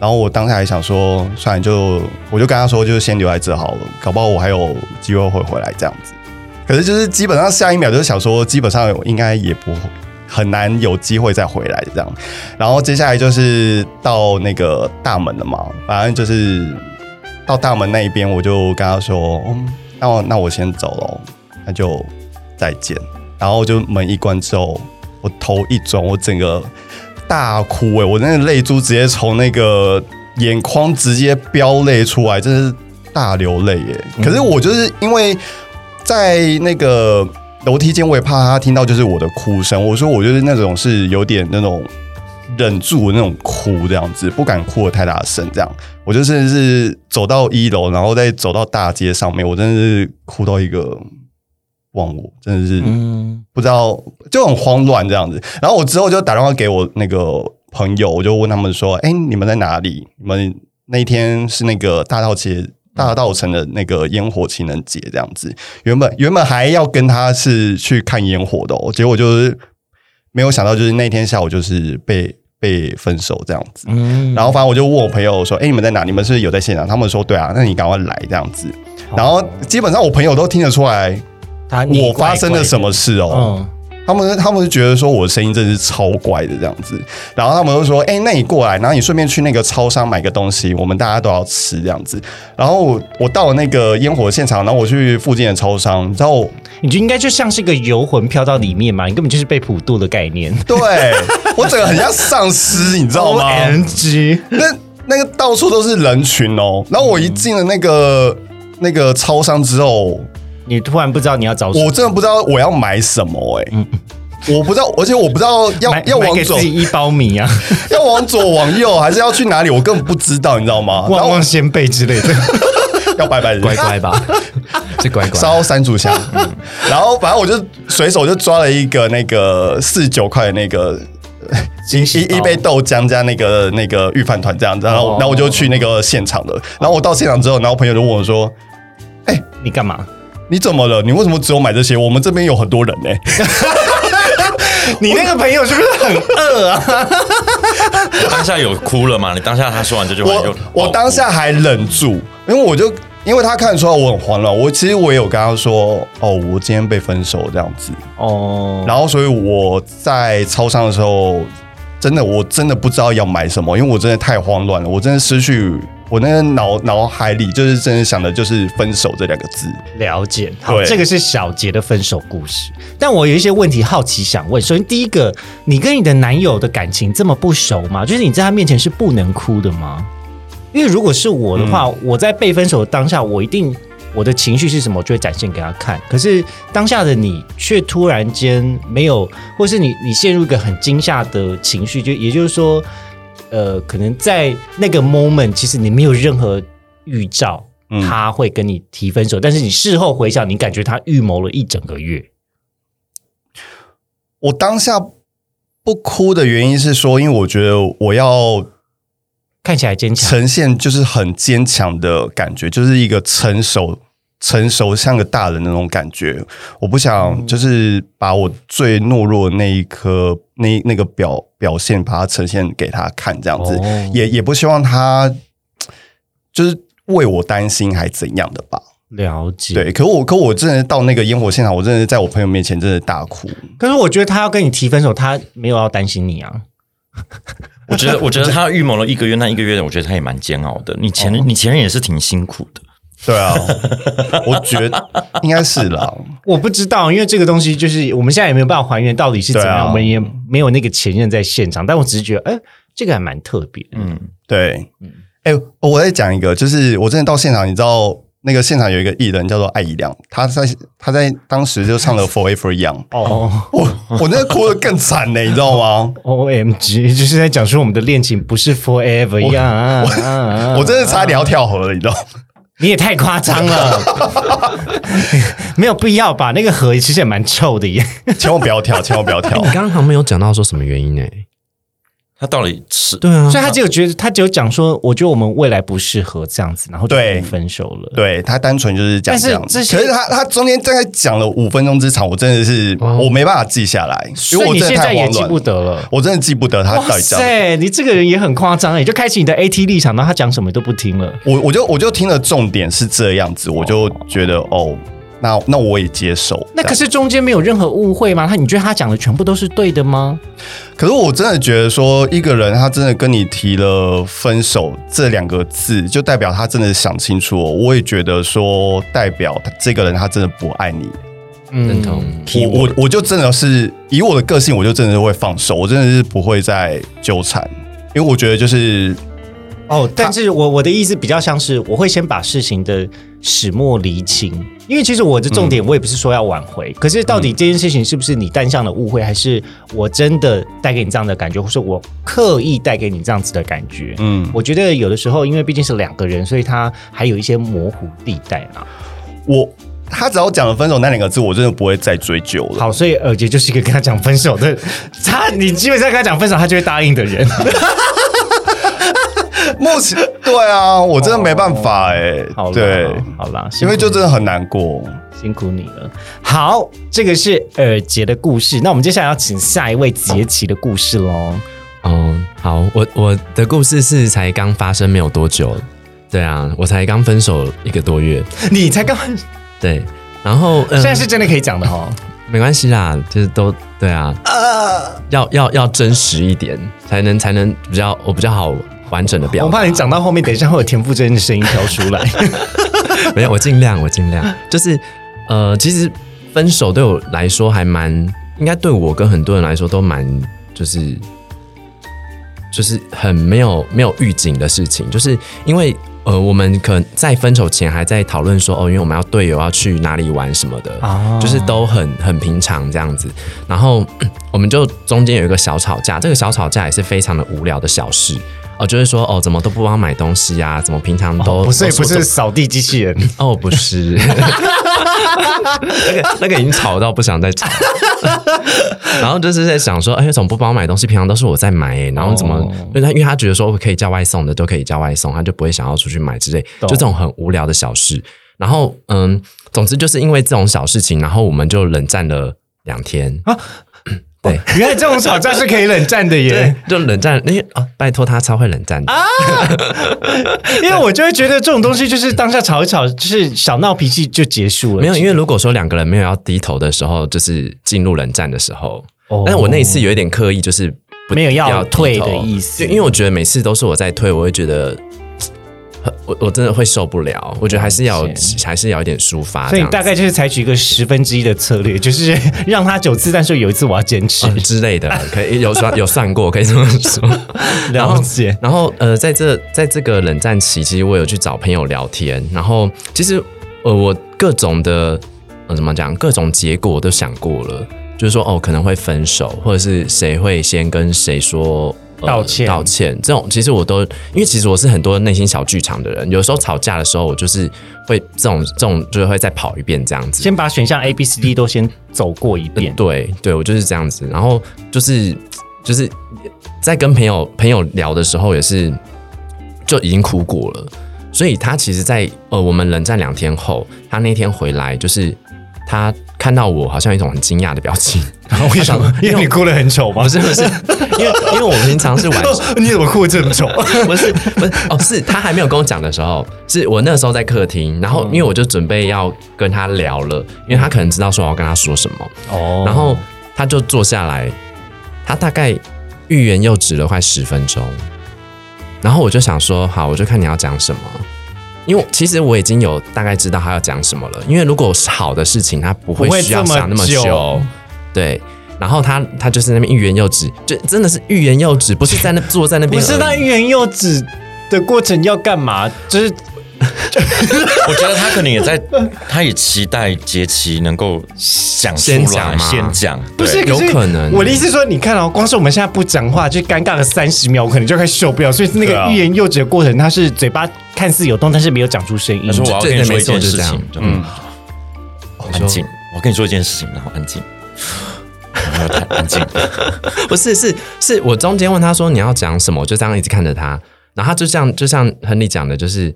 B: 然后我当下还想说，算了，就我就跟他说，就是先留在这好了，搞不好我还有机会会回来这样子。可是就是基本上下一秒就是想说，基本上应该也不很难有机会再回来这样。然后接下来就是到那个大门了嘛，反正就是到大门那一边，我就跟他说，嗯、那我那我先走喽，那就再见。然后就门一关之后，我头一转，我整个大哭哎、我那个泪珠直接从那个眼眶直接飙泪出来，真是大流泪耶、可是我就是因为在那个楼梯间，我也怕他听到就是我的哭声。我说我就是那种是有点那种忍住的那种哭这样子，不敢哭的太大声这样。我就甚至是走到一楼，然后再走到大街上面，我真的是哭到一个忘我，真的是。
A: 嗯，
B: 不知道就很慌乱这样子。然后我之后就打电话给我那个朋友，我就问他们说：“哎、你们在哪里？你们那一天是那个大道街大道城的那个烟火情人节这样子。原本原本还要跟他是去看烟火的、哦，结果就是没有想到，就是那天下午就是被被分手这样子。
A: 嗯
B: 然后反正我就问我朋友说：“哎、你们在哪？你们是不是有在现场？”他们说：“对啊，那你赶快来这样子。”然后
A: 哦
B: 基本上我朋友都听得出来
A: 他
B: 我发生了什
A: 么？
B: 么事哦。
A: 嗯，
B: 他们他们就觉得说我的声音真的是超怪的这样子，然后他们就说：“哎、那你过来，然后你顺便去那个超商买个东西，我们大家都要吃这样子。”然后我我到了那个烟火现场，然后我去附近的超商，然后
A: 你就应该就像是个游魂飘到里面嘛，你根本就是被普渡的概 念，
B: 对我整个很像丧尸，你知 道吗？
A: N G，
B: 那那个到处都是人群哦。然后我一进了那个那个超商之后，
A: 你突然不知道你要找什么
B: 我真的不知道我要买什么哎、我不知道，而且我不知道要
A: 嗯买
B: 要
A: 买
B: 往
A: 给
B: 左
A: 自己一包米 啊，
B: 要往左往右，还是要去哪里？我根本不知道，你知道吗？然
A: 旺
B: 后
A: 旺仙贝之类的。
B: 要拜拜日，
D: 乖乖吧，是乖乖。
B: 烧三炷香。
A: 嗯
B: 然后反正我就随手就抓了一个那个四十九块的那个。一
A: 喜包
B: 一一杯豆浆加那个那个预饭团这样子，然后
A: 哦
B: 然后我就去那个现场了。然后我到现场之后，然后朋友就问我说
A: 你干嘛？：“
B: 你怎么了？你为什么只有买这些？我们这边有很多人欸呢、
A: 你那个朋友是不是很
C: 当下有哭了吗？你当下他说完这句话你就
B: 我
C: 爆哭
B: 我当下还忍住，因为我就因为他看得出来我很慌乱，我其实我也有跟他说：“哦，我今天被分手这样子。”
A: 哦，
B: 然后所以我在超商的时候，真的我真的不知道要买什么，因为我真的太慌乱了，我真的失去我那个脑脑海里就是真的想的就是分手这两个字。
A: 了解，好，
B: 对
A: 这个是小杰的分手故事。但我有一些问题好奇想问。首先，第一个，你跟你的男友的感情这么不熟吗？就是你在他面前是不能哭的吗？因为如果是我的话，
B: 嗯
A: 我在被分手的当下，我一定我的情绪是什么，我就会展现给他看。可是当下的你却突然间没有，或是你你陷入一个很惊吓的情绪，就也就是说，呃，可能在那个 moment，其实你没有任何预兆，
B: 嗯
A: 他会跟你提分手，但是你事后回想，你感觉他预谋了一整个月。
B: 我当下不哭的原因是说，因为我觉得我要
A: 看起来坚强。
B: 呈现就是很坚强的感觉，就是一个成熟、成熟像个大人的那种感觉。我不想
A: 嗯
B: 就是把我最懦弱的那一颗、那那个表表现，把它呈现给他看，这样子，
A: 哦
B: 也也不希望他就是为我担心还怎样的吧。
A: 了解，
B: 对，可我可我真的到那个烟火现场，我真的在我朋友面前真的大哭。
A: 可是我觉得他要跟你提分手，他没有要担心你啊。
C: 我觉得，我觉得他预谋了一个月，那一个月我觉得他也蛮煎熬的。你前任，你前任也是挺辛苦的。
B: 对啊，我觉得应该是啦。
A: 我不知道，因为这个东西就是我们现在也没有办法还原到底是怎么样，
B: 对啊
A: 我们也没有那个前任在现场，但我只是觉得，哎、这个还蛮特别的。
C: 嗯，
B: 对，哎、我再讲一个，就是我真的到现场，你知道那个现场有一个艺人叫做艾怡良，他在他在当时就唱了 Forever Young，
A: 哦
B: 我我那哭的更惨呢、你知道吗？
A: ，O M G，就是在讲说我们的恋情不是 forever 一样啊啊啊
B: 我真的差点要跳河了，你知道吗？
A: 你也太夸张了，没有必要吧？那个河其实也蛮臭的耶。
B: 千万不要跳，千万不要跳
D: 哎你。刚刚好像没有讲到说什么原因欸呢、
C: 他到底是
D: 对啊
A: 所以他只有觉得，他只有讲说，我觉得我们未来不适合这样子，然后就
B: 对
A: 分手了。
B: 对他单纯就是讲
A: 但是
B: 这样子，
A: 这些
B: 可是他他中间大概讲了五分钟之长，我真的是、
D: 哦
B: 我没办法记下来，因
A: 所
B: 为
A: 以
B: 我
A: 你
B: 真的
A: 现在
B: 太
A: 也
B: 慌
A: 记
B: 乱
A: 不，得了。
B: 我真的记不得他到
A: 哇
B: 底讲了
A: 塞，你这个人也很夸张，也就开启你的 AT 立场，然后他讲什么都不听了。
B: 我我就我就听了重点是这样子，我就觉得哦，那那我也接受。
A: 那可
B: 这样
A: 是中间没有任何误会吗？他你觉得他讲的全部都是对的吗？
B: 可是我真的觉得说，一个人他真的跟你提了分手这两个字，就代表他真的想清楚、哦。我也觉得说，代表他这个人他真的不爱你。
A: 嗯
D: 认同。
B: 我我我就真的是以我的个性，我就真的是会放手，我真的是不会再纠缠，因为我觉得就是
A: 哦，但是我我的意思比较像是，我会先把事情的始末厘清，因为其实我的重点我也不是说要挽回，可是到底这件事情是不是你单向的误会，还是我真的带给你这样的感觉，或是我刻意带给你这样子的感觉？
B: 嗯，
A: 我觉得有的时候，因为毕竟是两个人，所以他还有一些模糊地带啊。
B: 我他只要讲了分手那两个字，我真的不会再追究了。
A: 好，所以耳杰就是一个跟他讲分手的，他你基本上跟他讲分手，他就会答应的 人。
B: 目前对啊，我真的没办法哎、
A: 哦好啦
B: 对，
A: 好啦，辛
B: 因
A: 苦
B: 为就
A: 你
B: 真的很难过。
A: 辛苦你了。好，这个是耳杰的故事。那我们接下来要请下一位杰奇的故事喽。
D: 哦，好，我我的故事是才刚发生没有多久，对啊，我才刚分手一个多月，
A: 你才刚，
D: 嗯对，然后、嗯
A: 现在是真的可以讲的哦。
D: 没关系啦，就是都对啊，
A: 呃
D: 要要要真实一点，才能才能比较我比较好完整的表达。
A: 我怕你讲到后面，等一下会有田馥甄的声音飘出 来。
D: 没有，我尽量，我尽量。就是呃，其实分手对我来说还蛮，应该对我跟很多人来说都蛮，就是就是很没有没有预警的事情，就是因为。呃，我们可能在分手前还在讨论说，哦，因为我们要队友要去哪里玩什么的，
A: 哦
D: 就是都很很平常这样子。然后 我们就中间有一个小吵架，这个小吵架也是非常的无聊的小事，哦、就是说，哦，怎么都不帮我买东西啊，怎么平常都、
A: 哦不是
D: 都说
A: 不是扫地机器人，
D: 哦，不是， 那个那个已经吵到不想再吵。 然后就是在想说，哎，怎么不帮我买东西？平常都是我在买、哎然后怎么？
A: 哦
D: 因为他因为他觉得说哦我可以叫外送的都可以叫外送，他就不会想要出去买之类，就
A: 懂
D: 这种很无聊的小事。然后嗯，总之就是因为这种小事情，然后我们就冷战了两天。
A: 原来这种吵架是可以冷战的
D: 对
A: 耶。，
D: 就冷战，因为啊，拜托他超会冷战的，
A: 啊因为我就会觉得这种东西就是当下吵一吵，就是小闹脾气就结束了。
D: 没有，因为如果说两个人没有要低头的时候，就是进入冷战的时候，
A: 哦
D: 但是我那一次有一点刻意，就是不
A: 没有要
D: 低
A: 退
D: 头
A: 的意思
D: 对因为我觉得每次都是我在退，我会觉得。很我我真的会受不了，我觉得还是要有
A: 了解
D: 还是要有一点抒发这
A: 哦所以
D: 样
A: 你
D: 子，
A: 大概就是采取一个十分之一的策略，就是 让他九次，但是有一次我要坚持。
D: 呃之类的，可以有算有算过，可以这么说。然 后
A: 了解
D: 嗯然后呃，在这在这个冷战期，其实我有去找朋友聊天，然后其实呃，我各种的呃怎么讲，各种结果我都想过了，就是说哦可能会分手，或者是谁会先跟谁说。呃
A: 道歉
D: 道歉，这种其实我都，因为其实我是很多内心小剧场的人，有时候吵架的时候，我就是会这种这种，就是会再跑一遍这样子。
A: 先把选项 A、B、C、D 都先走过一遍。
D: 嗯对对，我就是这样子。然后就是就是在跟朋友朋友聊的时候，也是就已经哭过了。所以他其实在，呃我们冷战两天后，他那天回来，就是他看到我好像有一种很惊讶的表情，
A: 然后为什么？ 因为你哭得很丑吗？不
D: 不是 不是，因为因为
A: 哦
D: 我平常是晚上。
A: 你怎么哭得这么丑？
D: 不是不是哦，是他还没有跟我讲的时候，是我那时候在客厅，然后因为我就准备要跟他聊了，因为他可能知道说我要跟他说什么，
A: 哦
D: 然后他就坐下来，他大概欲言又止了快十分钟，然后我就想说，好，我就看你要讲什么。因为我其实我已经有大概知道他要讲什么了，因为如果是好的事情，他不
A: 不会
D: 会需要
A: 这么
D: 想那么
A: 久
D: 久，对。然后他他就是那边欲言又止，就真的是欲言又止，不是在那坐在那
A: 不
D: 边而已，
A: 是那欲言又止的过程要干嘛？就是
C: 我觉得他可能也在，他也期待杰奇能够讲出
D: 先
C: 来，
D: 讲吗
C: 先讲，
A: 不
C: 对
A: 是
D: 有
A: 是
D: 可能
A: 我的意思是说，你看哦，光是我们现在不讲话，就尴尬了三十秒，我可能就快受不了。所以那
B: 对
A: 个
B: 啊
A: 欲言又止的过程，他是嘴巴看似有动，但是没有讲出声音
C: 他。说我要跟你说一件事
D: 对对没错
C: 情
D: 就，
C: 嗯，安
D: 说
C: 静，我跟你说一件事情，然后安静，然后他安静，
D: 不是，是是我中间问他说你要讲什么，我就这样一直看着他，然后他就像就像亨利讲的，就是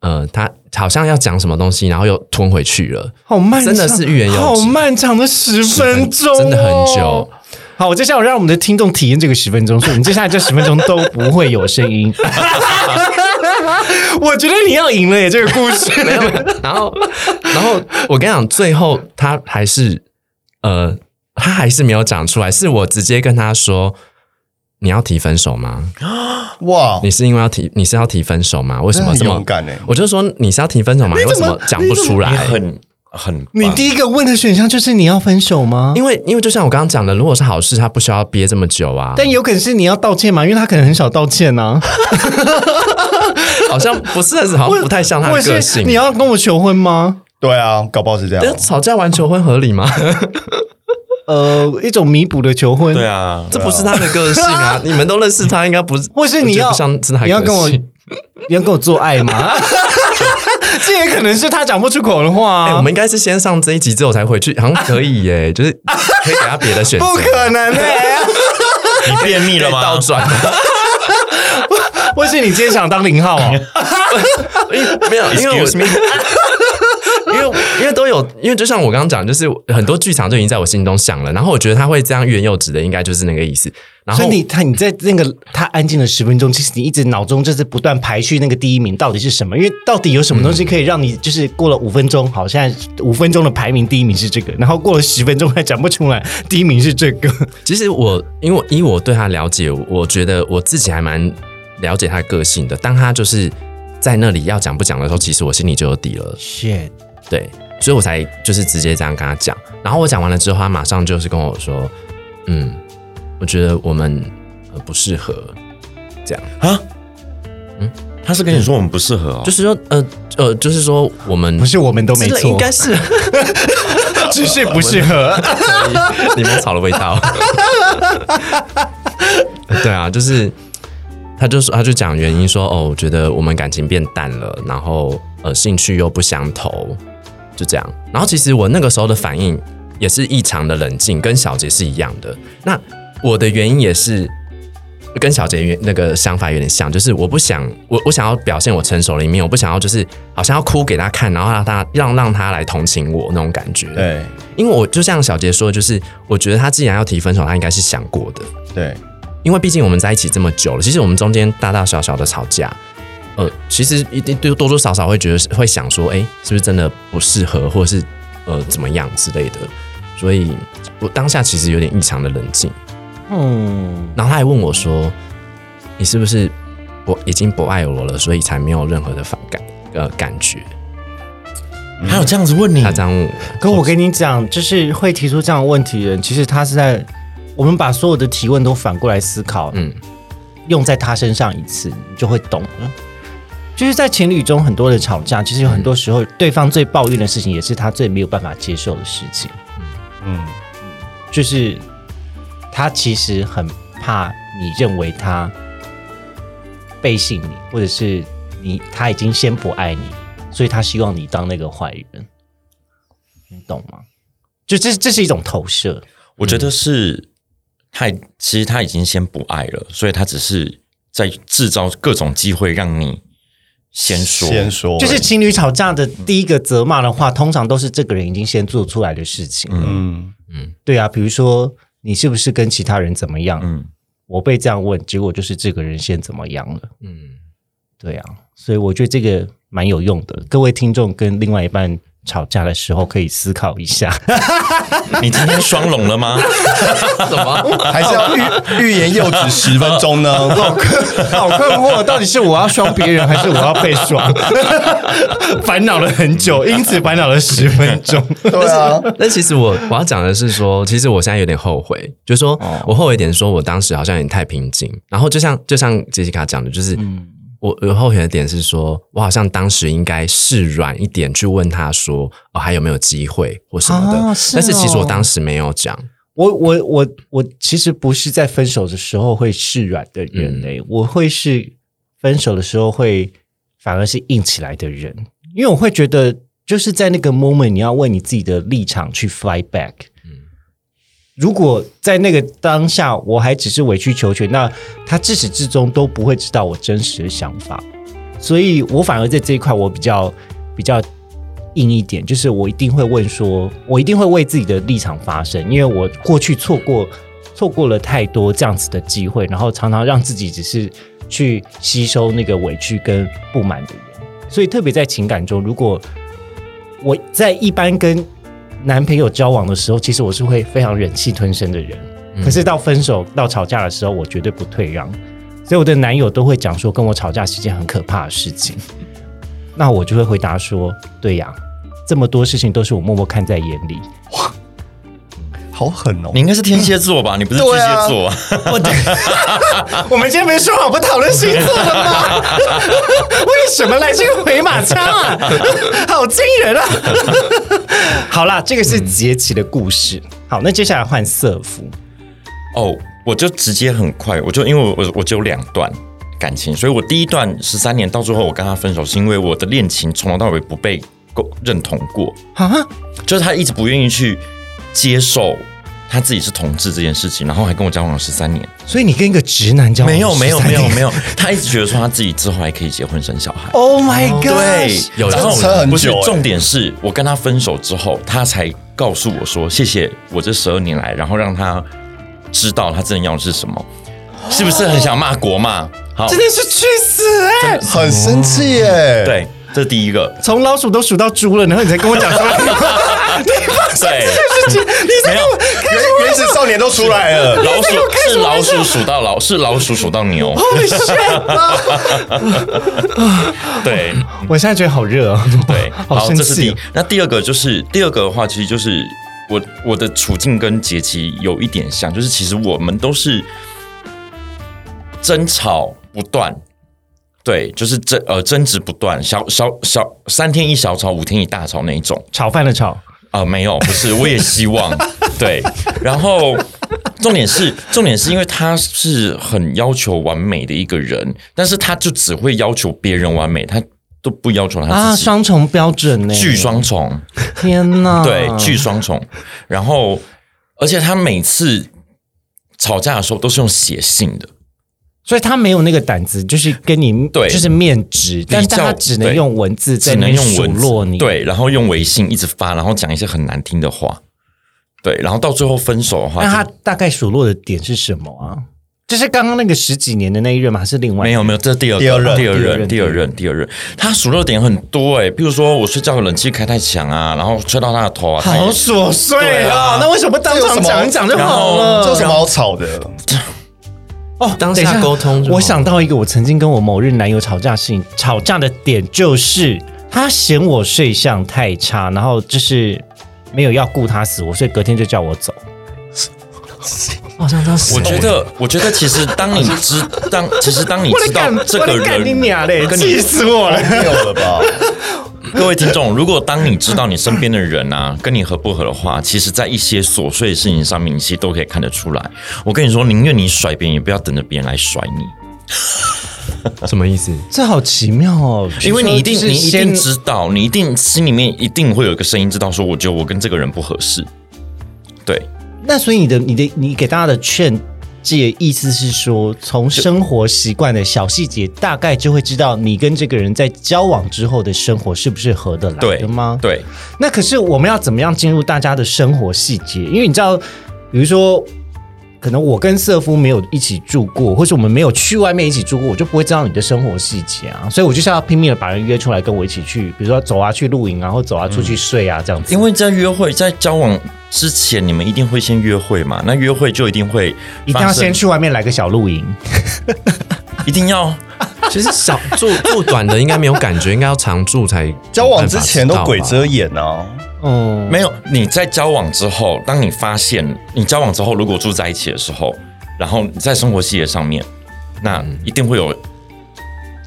D: 呃，他好像要讲什么东西，然后又吞回去了，
A: 好漫长，
D: 真的是欲言又止
A: 好漫长的十分钟、哦
D: 真的很 久。。
A: 好，我接下来让我们的听众体验这个十分钟，所以我们接下来这十分钟都不会有声 音。我觉得你要赢了耶，这个故事。
D: 没有，没有然后然后我跟你讲，最后他还是呃，他还是没有讲出来，是我直接跟他说。你要提分手吗？
B: 哇，
D: 你是因为要提，你是要提分手吗？为什么
B: 真的很
D: 这么
B: 勇敢欸
D: 我就说你是要提分手吗？你为什么讲不出来？
C: 你很很
A: 你
C: 棒
A: 第一个问的选项就是你要分手吗？
D: 因为因为就像我刚刚讲的，如果是好事，他不需要憋这么久啊。
A: 但有可能是你要道歉嘛，因为他可能很少道歉啊呐、
D: 好像不是，好像不太像他
A: 或
D: 的
A: 者
D: 个
A: 是
D: 性。
A: 你要跟我求婚吗？
B: 对啊，搞不好是这
D: 但
B: 样。
D: 吵架完求婚合理吗？
A: 呃，一种弥补的求婚，
C: 对啊，
D: 这不是他的个性啊！你们都认识他，应该不 是。
A: 或是你要
D: 我觉得不像是他的个性
A: 你要跟我 你要跟我做爱吗？ 这也可能是他讲不出口的话、
D: 哎，
A: 啊
D: 我们应该是先上这一集之后才回去，好像可以耶，就是可以给他别的选 择。
A: 不可能哎、
C: 你便秘了吗
D: 倒？转，啊
A: 或是你今天想当零号 哦？
D: 因为没有，因为我
C: Excuse me
D: 因为因为都有，因为就像我刚刚讲，就是很多剧场就已经在我心中想了，然后我觉得他会这样欲言又止的，应该就是那个意思。然
A: 所以
D: 后
A: 你他你在那个他安静了十分钟，其实你一直脑中就是不断排序那个第一名到底是什么，因为到底有什么东西可以让你就是过了五分钟，好，现在五分钟的排名第一名是这个，然后过了十分钟还讲不出来第一名是这个，
D: 其实我因为以我对他了解，我觉得我自己还蛮了解他个性的。当他就是在那里要讲不讲的时候，其实我心里就有底了，
A: shit，
D: 对，所以我才就是直接这样跟他讲。然后我讲完了之后，他马上就是跟我说：“嗯，我觉得我们呃不适合。”这样
C: 啊，他是跟你说我们不适合哦，
D: 就是说呃呃，就是说我们
A: 不是我们都没
D: 之类
A: 错
D: 应，该是
A: 只是不适合。
D: 你们草的味道。对啊，就是他就说他就讲原因说哦，我觉得我们感情变淡了，然后呃兴趣又不相投，就这样。然后其实我那个时候的反应也是异常的冷静，跟小杰是一样的。那我的原因也是。跟小杰原那个想法有点像，就是我不想我我想要表现我成熟的一面，我不想要就是好像要哭给他看，然后让他让让他来同情我那种感觉。
B: 对
D: 因为我就像小杰说，就是我觉得他既然要提分手，他应该是想过的，
B: 对，
D: 因为毕竟我们在一起这么久了，其实我们中间大大小小的吵架，呃，其实一定多多多少少会觉得会想说，哎，是不是真的不适合，或者是呃怎么样之类的，所以我当下其实有点异常的冷静。
A: 嗯，
D: 然后他还问我说：“你是不是不已经不爱我了，所以才没有任何的反感呃感觉
C: 他有这样子问？”你
D: 他，这样问我，
A: 可我跟你讲，就是会提出这样的问题的人，其实他是在我们把所有的提问都反过来思考，
D: 嗯，
A: 用在他身上一次，你就会懂了。就是在情侣中很多的吵架，其实有很多时候对方最抱怨的事情，也是他最没有办法接受的事情。
B: 嗯，
A: 就是他其实很怕你认为他背信你，或者是你他已经先不爱你，所以他希望你当那个坏人，你懂吗？就这这是一种投射，
C: 我觉得是他，其实他已经先不爱了，所以他只是在制造各种机会让你先说，
B: 先说，
A: 就是情侣吵架的第一个责骂的话，通常都是这个人已经先做出来的事情。
C: 嗯
B: 嗯，
A: 对啊，比如说你是不是跟其他人怎么样？
C: 嗯，
A: 我被这样问，结果就是这个人先怎么样了。
D: 嗯，
A: 对啊，所以我觉得这个蛮有用的。各位听众跟另外一半吵架的时候，可以思考一下。
C: 你今天双龙了吗？
D: 怎么？
B: 还是要 欲欲言又止十分钟呢？
A: 好困惑，到底是我要双别人，还是我要被 双？嗯烦恼了很久，因此烦恼了十分钟。
B: 对啊，
D: 但其实我我要讲的是说，其实我现在有点后悔，就是说我后悔一点，说我当时好像有点太平静。然后就像就像杰西卡讲的，就是
A: 嗯
D: 我我后悔的点是说，我好像当时应该示软一点去问他说，哦还有没有机会或什么的。
A: 啊是哦
D: 但是其实我当时没有讲，
A: 我我我我其实不是在分手的时候会示软的人嘞、我会是分手的时候会反而是硬起来的人，因为我会觉得就是在那个 moment 你要为你自己的立场去 fight back。如果在那个当下我还只是委曲求全，那他至始至终都不会知道我真实的想法，所以我反而在这一块我比较比较硬一点，就是我一定会问说，我一定会为自己的立场发声，因为我过去错过错过了太多这样子的机会，然后常常让自己只是去吸收那个委屈跟不满的人，所以特别在情感中，如果我在一般跟男朋友交往的时候，其实我是会非常忍气吞声的人，可是到分手到吵架的时候，我绝对不退让。所以我的男友都会讲说，跟我吵架是件很可怕的事情。那我就会回答说：“对呀，这么多事情都是我默默看在眼里。
B: 好狠哦
C: 你！应该是天蝎座吧？你不是巨
B: 对
C: 蟹
B: 啊
C: 座啊？
A: 我的，啊我们今天没说好不讨论星座的 吗？为什么来这个回马枪 啊？好惊人啊！好啦，这个是杰奇的故事。好，那接下来换瑟夫。
C: 哦，我就直接很快，我就因为我我我只有两段感情，所以我第一段十三年到最后我跟他分手，是因为我的恋情从头到尾不被够认同过啊，就是他一直不愿意去接受他自己是同志这件事情，然后还跟我交往了十三年，
A: 所以你跟一个直男交往
C: 没有没有没有没
A: 有
C: 有，他一直觉得说他自己之后还可以结婚生小孩。
A: ，Oh my God！
C: 对，
D: 有
C: 然
D: 这
C: 后
B: 车很久
C: 不是
B: 欸
C: 重点是我跟他分手之后，他才告诉我说谢谢我这十二年来，然后让他知道他真的要的是什么，是不是很想骂国骂？好，
A: 真的是去死哎、
B: 很生气耶！，
C: 对，这是第一个，
A: 从老鼠都数到猪了，然后你才跟我讲 说，
C: 对，没有
B: 原原始少年都出来 了，
C: 老鼠是老鼠数到老，是老鼠数到牛，
A: Oh shit！
C: 对
A: 我现在觉得好热哦，
C: 对，
A: 好
C: 好，
A: 生
C: 这是第
A: 气
C: 一
A: 哦。。
C: 那第二个就是第二个的话，其实就是我我的处境跟杰奇有一点像，就是其实我们都是争吵不断，对，就是争呃争执不断，小小小三天一小吵，五天一大吵那一种。
A: 炒饭的炒，
C: 啊，没有，不是，我也 希望对。然后重点是，重点是因为他是很要求完美的一个人，但是他就只会要求别人完美，他都不要求他
A: 啊，
C: 自己。
A: 双重标准呢、
C: 巨双重，
A: 天呐，
C: 对，巨双重。然后，而且他每次吵架的时候都是用写信的，
A: 所以他没有那个胆子，就是跟你
C: 对
A: 就是面质，但是
C: 较
A: 他只能用文字在
C: 只
A: 那
C: 能
A: 边
C: 用
A: 数
C: 文字
A: 落你，，
C: 对，然后用微信一直发，然后讲一些很难听的话，对，然后到最后分手的话，
A: 那
C: 就
A: 他大概数落的点是什么啊？就是刚刚那个十几年的那一任吗？还是另外一
C: 没
A: 任？
C: 有没有，这是第二
B: 第二
C: 个
B: 任
C: 第二任
A: 第
C: 第
A: 二
C: 二
A: 任嗯
C: 任第二任，他数落点很多哎、欸，比如说我睡觉冷气开太强啊，然后吹到他的头啊，他也
A: 好琐碎
C: 对
A: 啊！
C: 啊
A: 那为什么不当
B: 这有
A: 场
B: 什么
A: 讲一讲就好
C: 然
B: 这
A: 了
B: 有？什么好吵的？
A: 哦，
D: 当
A: 等一
D: 下沟通就好
A: 我想到一个，我曾经跟我某日男友吵架的事情，吵架的点就是他嫌我睡相太差，然后就是没有要顾他死我，所以隔天就叫我走。
D: 好像当时
C: 我觉得，我觉得其实当你知当，其实当你知道这个人，
A: 娘嘞
C: 跟你哦
A: 气死我了！
B: 没有了吧？
C: 各位听众，如果当你知道你身边的人啊跟你合不合的话，其实，在一些琐碎的事情上面，你其实都可以看得出来。我跟你说，宁愿你甩别人，也不要等着别人来甩你。
D: 什么意思？
A: 这好奇妙哦，
C: 因为你一定
A: 就是
C: 你一
A: 先
C: 定知道，你一定心里面一定会有一个声音知道说，我觉得我跟这个人不合适。对，
A: 那所以你的你的你给大家的劝界意思是说，从生活习惯的小细节，大概就会知道你跟这个人在交往之后的生活是不是合得来
C: 对
A: 的吗？
C: 对，
A: 那可是我们要怎么样进入大家的生活细节？因为你知道，比如说，可能我跟瑟夫没有一起住过，或是我们没有去外面一起住过，我就不会知道你的生活细节啊。所以我就是要拼命的把人约出来跟我一起去，比如说走啊去露营啊，或走啊出去睡啊、这样子。
C: 因为在约会、在交往之前，你们一定会先约会嘛？那约会就一定会
A: 一定要
C: 发生
A: 先，去外面来个小露营，
C: 一定要
D: 其实小住住短的应该没有感觉，应该要常住才
B: 交往之前都鬼遮
D: 遮。
B: 眼啊，
A: 嗯，
C: 没有你在交往之后，当你发现你交往之后，如果住在一起的时候，然后在生活细节上面，那一定会有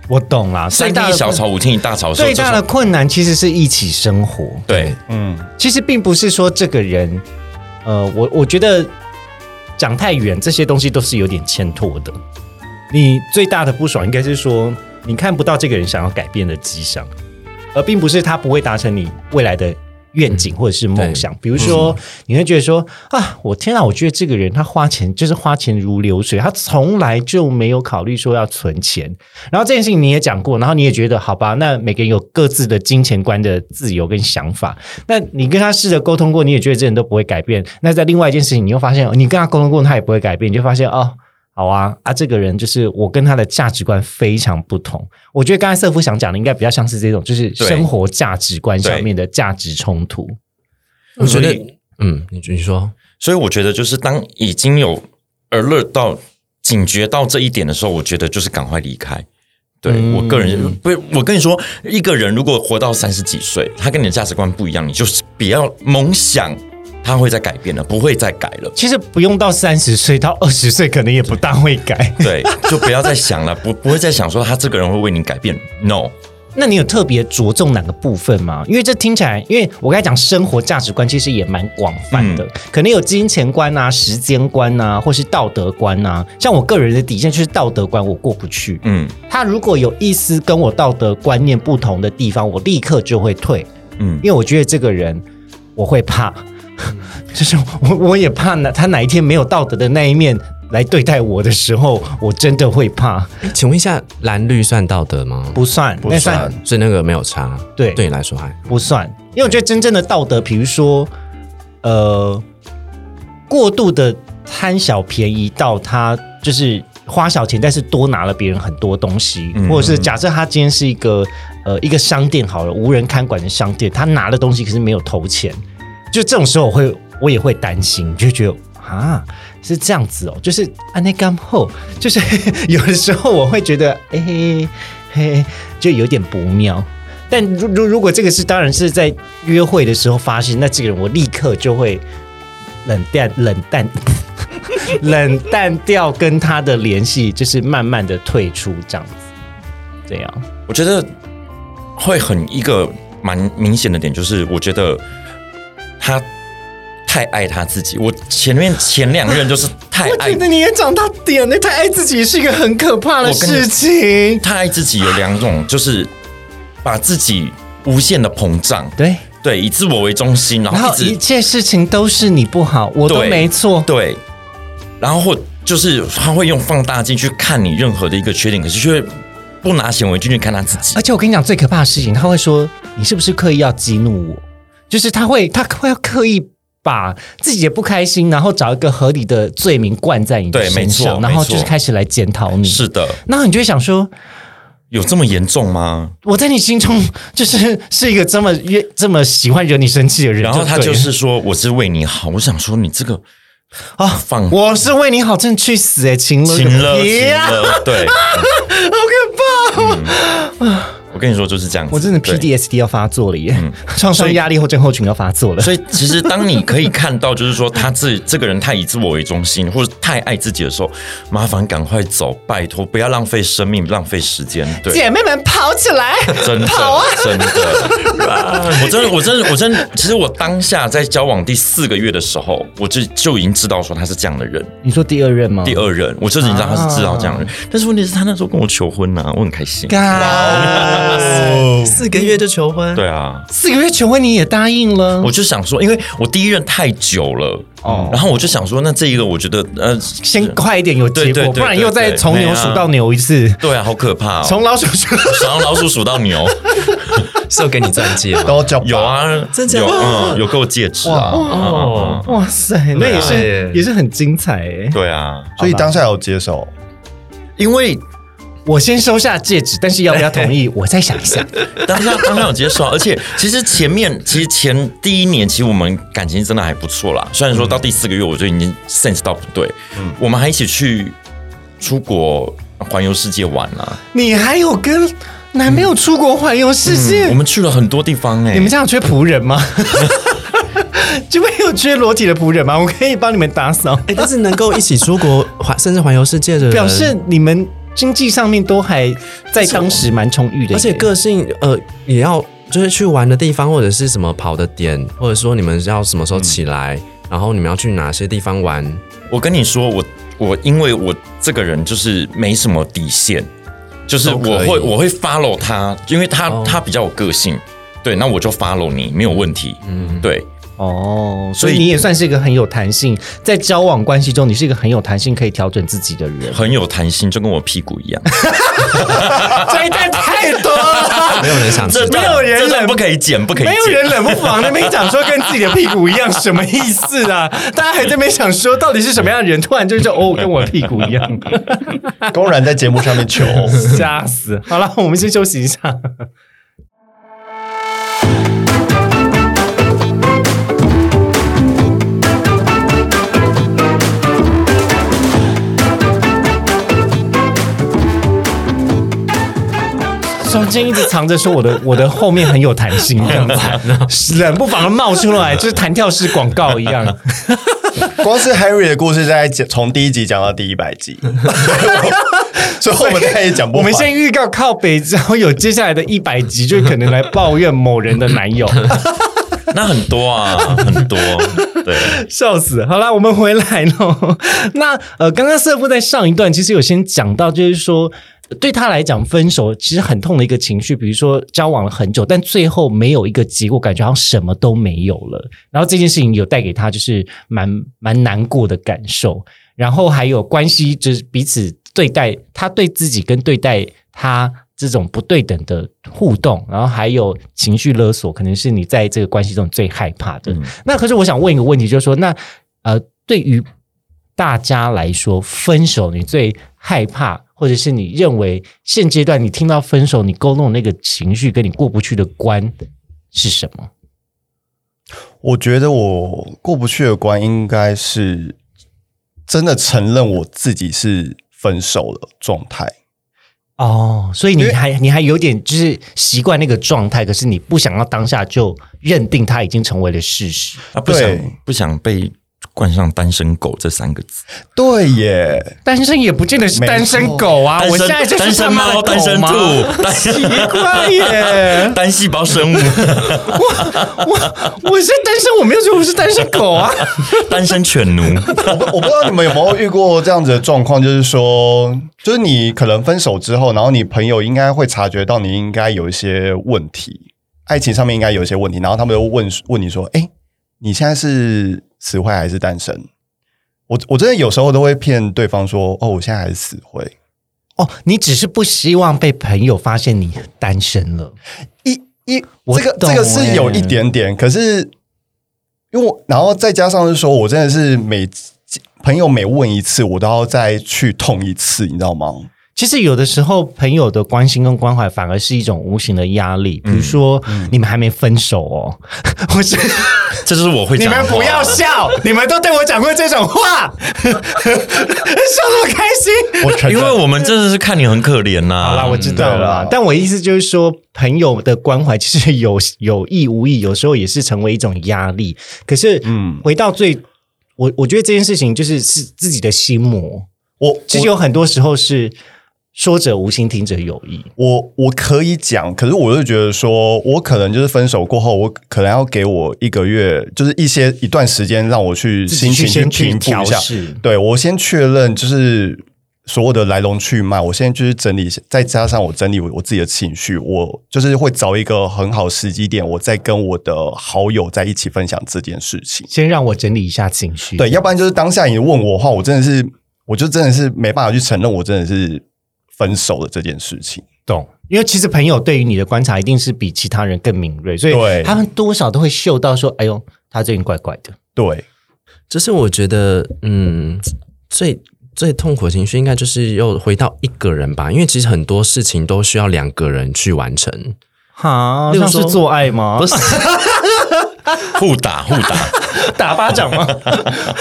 A: 我懂啦。最
C: 三
A: 大
C: 天
A: 的
C: 一小
A: 困
C: 吵，五天一大吵的时候，
A: 最大的困难其实是一起生活，
C: 对
B: 嗯，
A: 其实并不是说这个人，呃，我我觉得讲太远，这些东西都是有点欠妥的。你最大的不爽应该是说，你看不到这个人想要改变的迹象，而并不是他不会达成你未来的愿景或者是梦想。比如说，你会觉得说啊，我天啊，我觉得这个人他花钱就是花钱如流水，他从来就没有考虑说要存钱。然后这件事情你也讲过，然后你也觉得好吧，那每个人有各自的金钱观的自由跟想法。那你跟他试着沟通过，你也觉得这人都不会改变。那在另外一件事情，你又发现哦你跟他沟通过，他也不会改变，你就发现哦。好啊啊！这个人就是我跟他的价值观非常不同。我觉得刚才瑟夫想讲的，应该比较像是这种，就是
C: 对
A: 生活价值观上面的价值冲突。
D: 我觉
C: 所
D: 得
C: 以，
D: 嗯，你你说，
C: 所以我觉得就是当已经有 alert 到警觉到这一点的时候，我觉得就是赶快离开。对、
A: 嗯
C: 我个人不，我跟你说，一个人如果活到三十几岁，他跟你的价值观不一样，你就是不要猛想他会再改变了，不会再改了。
A: 其实不用到三十岁，到二十岁可能也不大会改。
C: 对，就不要再想了，不不会再想说他这个人会为你改变。No，
A: 那你有特别着重哪个部分吗？因为这听起来，因为我刚才讲生活价值观其实也蛮广泛的，可能有金钱观啊、时间观啊，或是道德观啊。像我个人的底线就是道德观，我过不去。
C: 嗯
A: 他如果有一丝跟我道德观念不同的地方，我立刻就会退，
C: 嗯
A: 因为我觉得这个人我会怕， 就是我我也怕哪他哪一天没有道德的那一面来对待我的时候，我真的会怕。
D: 诶请问一下，蓝绿算道德吗？
A: 不算，
B: 不
A: 那
B: 算
D: 所以那个没有差，
A: 对
D: 对你来说还
A: 不算，因为我觉得真正的道德，比如说，呃，过度的贪小便宜到他就是花小钱，但是多拿了别人很多东西，
C: 嗯
A: 或者是假设他今天是一个呃一个商店好了，无人看管的商店，他拿了东西可是没有投钱，就这种时候我会我也会担心，就觉得啊。是这样子哦，就是安内干后，就是有的时候我会觉得，哎、嘿嘿，就有点不妙。但如如如果这个是当然是在约会的时候发生，那这个人我立刻就会冷淡冷淡 冷淡掉跟他的联系，就是慢慢的退出这样子。这样，
C: 我觉得会很一个蛮明显的点，就是我觉得他太爱他自己。我前面前两任就是太 爱
A: 你也长大点了，太爱自己是一个很可怕
C: 的事
A: 情。
C: 太爱自己有两种，就是把自己无限的膨胀，
A: 对，
C: 对，以自我为中心，然
A: 然
C: 后
A: 后
C: 一
A: 一
C: 直
A: 切事情都是你不好，我都
C: 对
A: 没错。
C: 对，然后或就是他会用放大镜去看你任何的一个缺点，可是却不拿显微镜去看他自己
A: 而。且我跟你讲最可怕的事情，他会说你是不是刻意要激怒我？就是他会他会要刻意把自己的不开心，然后找一个合理的罪名灌在你的
C: 对没
A: 身
C: 错
A: 上，然后
C: 没错
A: 就是开始来检讨你。
C: 是的，
A: 然后你就会想说，
C: 有这么严重吗？
A: 我在你心中 就是是一个这么越这么喜欢惹你生气的人，
C: 然后他
A: 对了
C: 就是说我是为你好，我想说你这个
A: 啊
C: 放
A: 我是为你好，真的去死哎、欸，情了
C: 亲了
A: 个屁啊
C: 亲
A: 呀、
C: 了，对，好可怕。我跟你说就是这样子，
A: 哦我真的
C: 对嗯
A: PDSD 要发作了耶，创伤压力后症候群要发作了。
C: 所以其实当你可以看到，就是说他自这个人太以自我为中心，或者太爱自己的时候，麻烦赶快走，拜托不要浪费生命，浪费时间。对，
A: 姐妹们跑起来！
C: 真的，真的，啊我真的，我真的，我真的，其实我当下在交往第四个月的时候，我就就已经知道说他是这样的人，
A: 你说第二任吗？
C: 第二任，我就已经知道他是知道这样的人。但是问题是，他那时候跟我求婚呐、啊我很开心。
A: 干，
D: 四个月就求婚，
C: 对啊，
A: 四个月求婚你也答应了，
C: 我就想说，因为我第一任太久了，
A: 哦
C: 然后我就想说，那这一个我觉得，呃，
A: 先快一点有结
C: 对对
A: 果，
C: 对
A: 不然
C: 对
A: 又再
C: 对
A: 从牛
C: 对啊
A: 数到牛一次，
C: 对啊，好可怕、哦，
A: 从老鼠数。
C: 想让老鼠数到牛，
D: 是有给你钻 戒吗？
B: 都叫
C: 有啊，
D: 真假的
C: 有，嗯，有给我戒指啊，嗯嗯
D: 哦
C: 嗯
A: 哇塞，那也是
C: 啊
D: 对
A: 也是很精彩哎！
C: 对啊，
B: 所以当下有接受，
C: 因为
A: 我先收下戒指，但是要不要同 意，我再想一想。
C: 当下当下有接受啊，而且其实前面其实前第一年，其实我们感情真的还不错啦。虽然说到第四个月，我就已经 sense 到不对，我们还一起去出国环游世界玩啊啦。
A: 你还有跟男朋友出国环游世界？
C: 我们去了很多地方哎、
A: 你们家有缺仆人 吗？这边有缺裸体的仆人吗？我可以帮你们打扫。
D: 哎，但是能够一起出国 环，甚至环游世界的人，
A: 表示你们经济上面都还在当时蛮充裕的耶，
D: 而且个性呃也要就是去玩的地方或者是什么跑的点，或者说你们要什么时候起来，然后你们要去哪些地方玩，
C: 我跟你说，我我因为我这个人就是没什么底线，就是
D: 都可
C: 我
D: 以
C: 会我会 follow 他，因为他、
D: 哦
C: 他比较有个性，对，那我就 follow 你没有问题，嗯，对。
A: 哦，所
C: 所以。
A: 以你也算是一个很有弹性，在交往关系中，你是一个很有弹性可以调整自己的人
C: 很有弹性，就跟我屁股一样。
A: 这一段太多了，
D: 没有人想 知
C: 这
D: 道。
C: 段
A: 没有人
C: 这段
A: 忍
C: 不可以剪，不可 以
A: 没有
C: 剪。
A: 人冷不防那边讲说跟自己的屁股一样，什么意思啊？大家还在那边想说到底是什么样的人，突然就说哦，跟我屁股一样，
B: 公然在节目上面求，
A: 吓死！好了，我 们先休息一下。中间一直藏着说我的 我的后面很有弹性，这样子，冷不防地冒出来，就是弹跳式广告一样。
B: 光是 Harry 的故事在讲从第一集讲到第一百集，所以我们再也讲不
A: 我
B: 完。
A: 们现在预告靠北之后，有接下来的一百集，就可能来抱怨某人的男友，,
C: 那很多啊，很多。对，
A: 笑死！好啦，我们回来喽。 那呃，刚刚瑟夫在上一段其实有先讲到，就是说对他来讲，分手其实很痛的一个情绪，比如说交往了很久，但最后没有一个结果，感觉好像什么都没有了。然后这件事情有带给他就是蛮蛮难过的感受。然后还有关系，就是彼此对待他对自己跟对待他这种不对等的互动，然后还有情绪勒索，可能是你在这个关系中最害怕的。
C: 嗯
A: 那可是我想问一个问题，就是说，那呃，对于大家来说，分手你最害怕，或者是你认为现阶段你听到分手，你勾动那个情绪跟你过不去的关是什么？
B: 我觉得我过不去的关应该是真的承认我自己是分手的状态。
A: 哦，所以你
B: 因为
A: 还你还有点就是习惯那个状态，可是你不想要当下就认定它已经成为了事实。
C: 啊，不
B: 对
C: 想不想被冠上“单身狗”这三个字。
B: 对耶，
A: 单身也不见得是单身狗啊，
C: 单
A: 我现
C: 身
A: 在就是
C: 单身
A: 他妈的
C: 猫、单身
A: 狗吗
C: 兔、单
A: 奇怪耶！
C: 单细胞 生物、
A: 我我是单身，我没有觉得我是单身狗啊。
C: 单身犬奴。
B: 我不我不知道你们有没有遇过这样子的状况，就是说，就是你可能分手之后，然后你朋友应该会察觉到你应该有一些问题，爱情上面应该有一些问题，然后他们就问问你说：“哎、你现在是死会还是单身？”我我真的有时候都会骗对方说：“哦，我现在还是死会。”
A: 哦，你只是不希望被朋友发现你单身了。
B: 一一
A: 我
B: 这个
A: 懂欸
B: 这个是有一点点，可是因为我然后再加上是说我真的是每朋友每问一次，我都要再去痛一次，你知道吗？
A: 其实有的时候，朋友的关心跟关怀反而是一种无形的压力。比如说，你们还没分手哦， 我是
C: 这就是我会
A: 你
C: 讲的话。
A: 们不要笑， 你们都对我讲过这种话， 笑那么开心。
B: 我承
C: 因
B: 认
C: 为嗯我们真的是看你很可怜啊呐、
A: 好啦，我知道
B: 对
A: 了啦
B: 啦。
A: 但我意思就是说，朋友的关怀其实有有意无意，有时候也是成为一种压力。可是，嗯
B: 嗯，
A: 回到最，我我觉得这件事情就是是自己的心魔。
B: 我
A: 其实有很多时候是说者无心，听者有意。
B: 我我可以讲，可是我就觉得说，我可能就是分手过后，我可能要给我一个月，就是一些一段时间，让我去
A: 自己
B: 心
A: 去
B: 情
A: 先去
B: 平复
A: 调
B: 一下。
A: 试，
B: 对我先确认，就是所有的来龙去脉，我现在就是整理一下，再加上我整理我我自己的情绪，我就是会找一个很好时机点，我再跟我的好友在一起分享这件事情。
A: 先让我整理一下情绪。
B: 对，要不然就是当下你问我的话，我真的是，我就真的是没办法去承认，我真的是分手了这件事情。
A: 懂，因为其实朋友对于你的观察一定是比其他人更敏锐，所以
B: 对
A: 他们多少都会嗅到说：“哎呦，他最近怪怪的。
B: 对，
D: 就是我觉得，嗯，最最痛苦的情绪应该就是又回到一个人吧，因为其实很多事情都需要两个人去完成。”
A: 哈，
D: 例如
A: 像是
D: 说
A: 做爱吗？
D: 不是，
C: 互打互打，
A: 打巴掌 吗？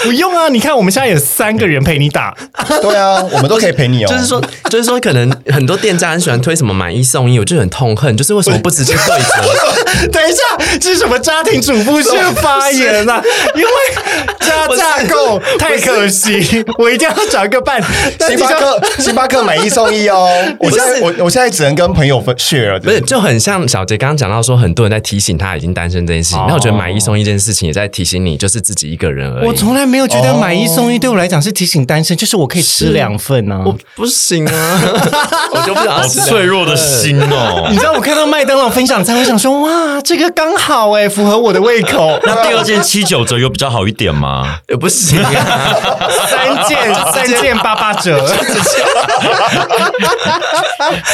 A: 不用啊，你看我们现在有三个人陪你打，
B: 对啊，我们都可以陪你哦。
D: 就是说，就是说，可能很多店家很喜欢推什么买一送一，我就很痛恨，就是为什么不直接对 折？
A: 等一下，这是什么家庭主妇式发言 啊？因为加架构太可惜， 我一定要找一个伴。
B: 星巴克，星巴克买一送一 哦！我现在我我现在只能跟朋友分 share 了，。
D: 不是，就很像小杰刚刚讲到说，很多人在提醒他已经单身这件事情。那、我觉得买一送一这件事情也在提醒你，就是自己一个人而已。
A: 我从来没有觉得买一送一对我来讲是提醒单身，哦就是我可以吃两份啊。
D: 我不行啊， 我就不想
C: 好
D: 要吃
C: 脆弱的心哦。
A: 你。知道我看到麦当劳分享餐，我想说哇，这个刚好哎、符合我的胃 口
C: 那第二件七九折有比较好一点吗？
D: 也不行啊。
A: 三件 三件八八折，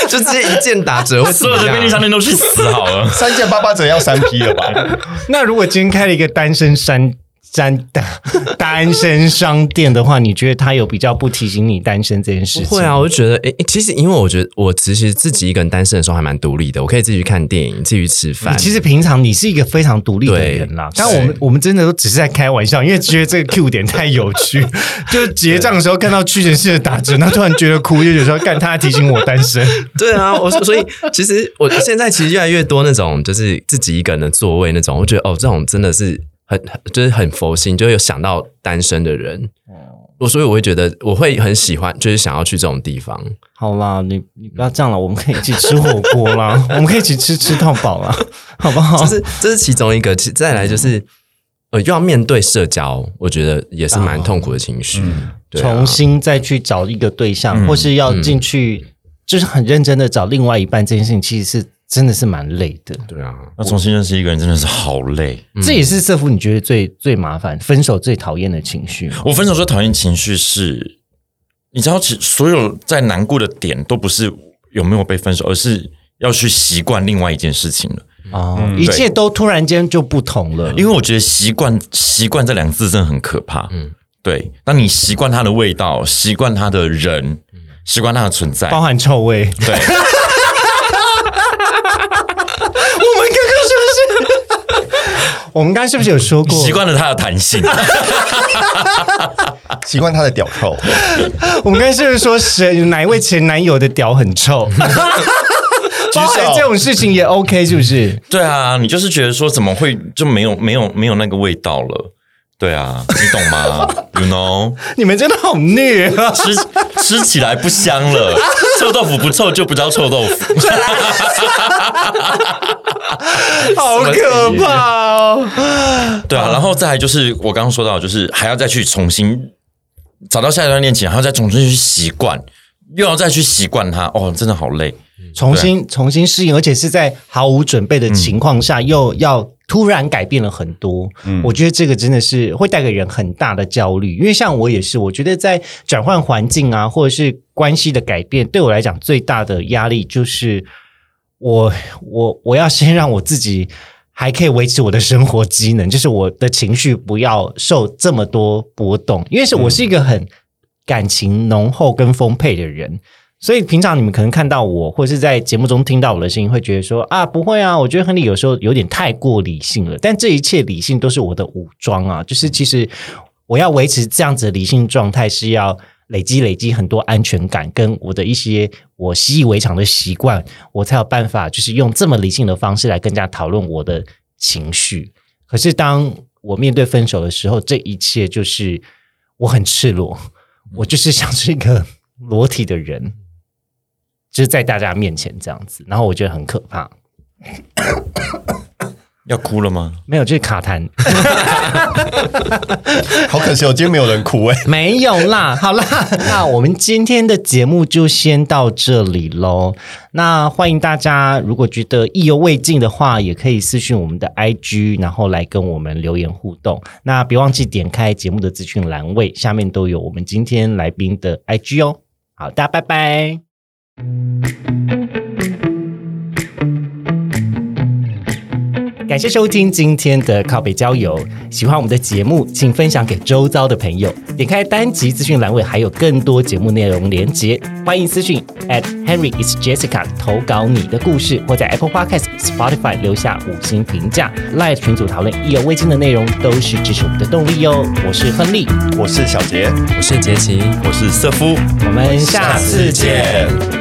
D: 就直接一键打折，会怎
C: 所有
D: 么
C: 的便利商
D: 样？
C: 店都去死好了
B: 三件八八折要三批了吧？
A: 那如果今天开了一个单身商单单单身商店的话，你觉得他有比较不提醒你单身这件事
D: 不
A: 情？
D: 会啊，，我就觉得，诶、诶其实因为我觉得我其实自己一个人单身的时候还蛮独立的，我可以自己去看电影，自己去吃饭。
A: 其实平常你是一个非常独立的人啦，
D: 对
A: 但我们我们真的都只是在开玩笑，因为觉得这个 Q 点太有 趣。就是结账的时候看到屈臣氏的打折，然后突然觉得哭，就觉得说干，他还提醒我单身。
D: 对啊，我所以其实我现在其实越来越多那种就是自己一个人的座位那种，我觉得哦，这种真的是很很就是很佛心，就会有想到单身的人。我所以我会觉得我会很喜欢，就是想要去这种地方。
A: 好啦，你你不要这样了，我们可以一起吃火锅 啦，我们可以一起吃吃到饱啦，好不好
D: 这？是这是其中一个，其再来就是呃，又要面对社交，我觉得也是蛮痛苦的情绪。对啊
A: 重新再去找一个对象，或是要进去，就是很认真的找另外一半，这件事情其实是真的是蛮累的。
D: 对啊，
C: 那重新认识一个人真的是好累。
A: 这也是社夫你觉得最最麻烦、分手最讨厌的情绪吗。
C: 我分手最讨厌情绪是，你知道，其所有在难过的点都不是有没有被分手，而是要去习惯另外一件事情了。
A: 哦，
C: 嗯
A: 一切都突然间就不同了。
C: 因为我觉得习惯习惯这两个字真的很可怕。嗯，对，当你习惯它的味道，习惯它的人，习惯它的存在，
A: 包含臭味， 我
C: 对。
A: 们刚刚是不是？我们刚刚是不是有说过？
C: 习惯了它的弹性，
B: 习惯他的屌臭，
A: 我们刚刚是不是说谁哪一位前男友的屌很 臭？包含这种事情也 OK 是不是？
C: 对啊，你就是觉得说怎么会就没有没有没有那个味道了？对啊，你懂吗？You know，
A: 你们真的好虐啊！
C: 吃吃起来不香了，臭豆腐不臭就不叫臭豆腐。
A: 好可怕哦！
C: 对啊，然后再来就是我刚刚说到，就是还要再去重新找到下一段恋情，然后再重新去习惯，又要再去习惯它。哦，真的好累。
A: 重新重新适应，而且是在毫无准备的情况下，又要突然改变了很多。我觉得这个真的是会带给人很大的焦虑，因为像我也是，我觉得在转换环境啊，或者是关系的改变，对我来讲最大的压力就是我 我我要先让我自己。还可以维持我的生活机能，就是我的情绪不要受这么多波动，因为是我是一个很感情浓厚跟丰沛的人，所以平常你们可能看到我，或是在节目中听到我的声音，会觉得说啊，不会啊，我觉得亨利有时候有点太过理性了。但这一切理性都是我的武装啊，就是其实我要维持这样子的理性状态，是要累积累积很多安全感，跟我的一些我习以为常的习惯，我才有办法就是用这么理性的方式来跟大家讨论我的情绪。可是当我面对分手的时候，这一切就是我很赤裸，我就是像是一个裸体的人。就是在大家面前这样子，然后我觉得很可怕。
C: 要哭了吗？
A: 没有，就是卡痰，
B: 好可惜哦，今天没有人哭哎、
A: 没有啦。好啦，那我们今天的节目就先到这里喽。那欢迎大家，如果觉得意犹未尽的话，也可以私讯我们的 IG，然后来跟我们留言互动。那别忘记点开节目的资讯栏位，下面都有我们今天来宾的 IG 哦。好，大家拜拜。感谢收听今天的靠北郊游。喜欢我们的节目，请分享给周遭的朋友。点开单集资讯栏位，还有更多节目内容连接。欢迎私讯 at Henry is Jessica 投稿你的故事，或在 Apple Podcast、Spotify 留下五星评价。Live 群组讨论意犹未尽的内容，都是支持我们的动力哦。我是亨利，
B: 我是小杰，
D: 我是杰奇。
C: 我是瑟夫，
A: 我们下次见。
B: 见。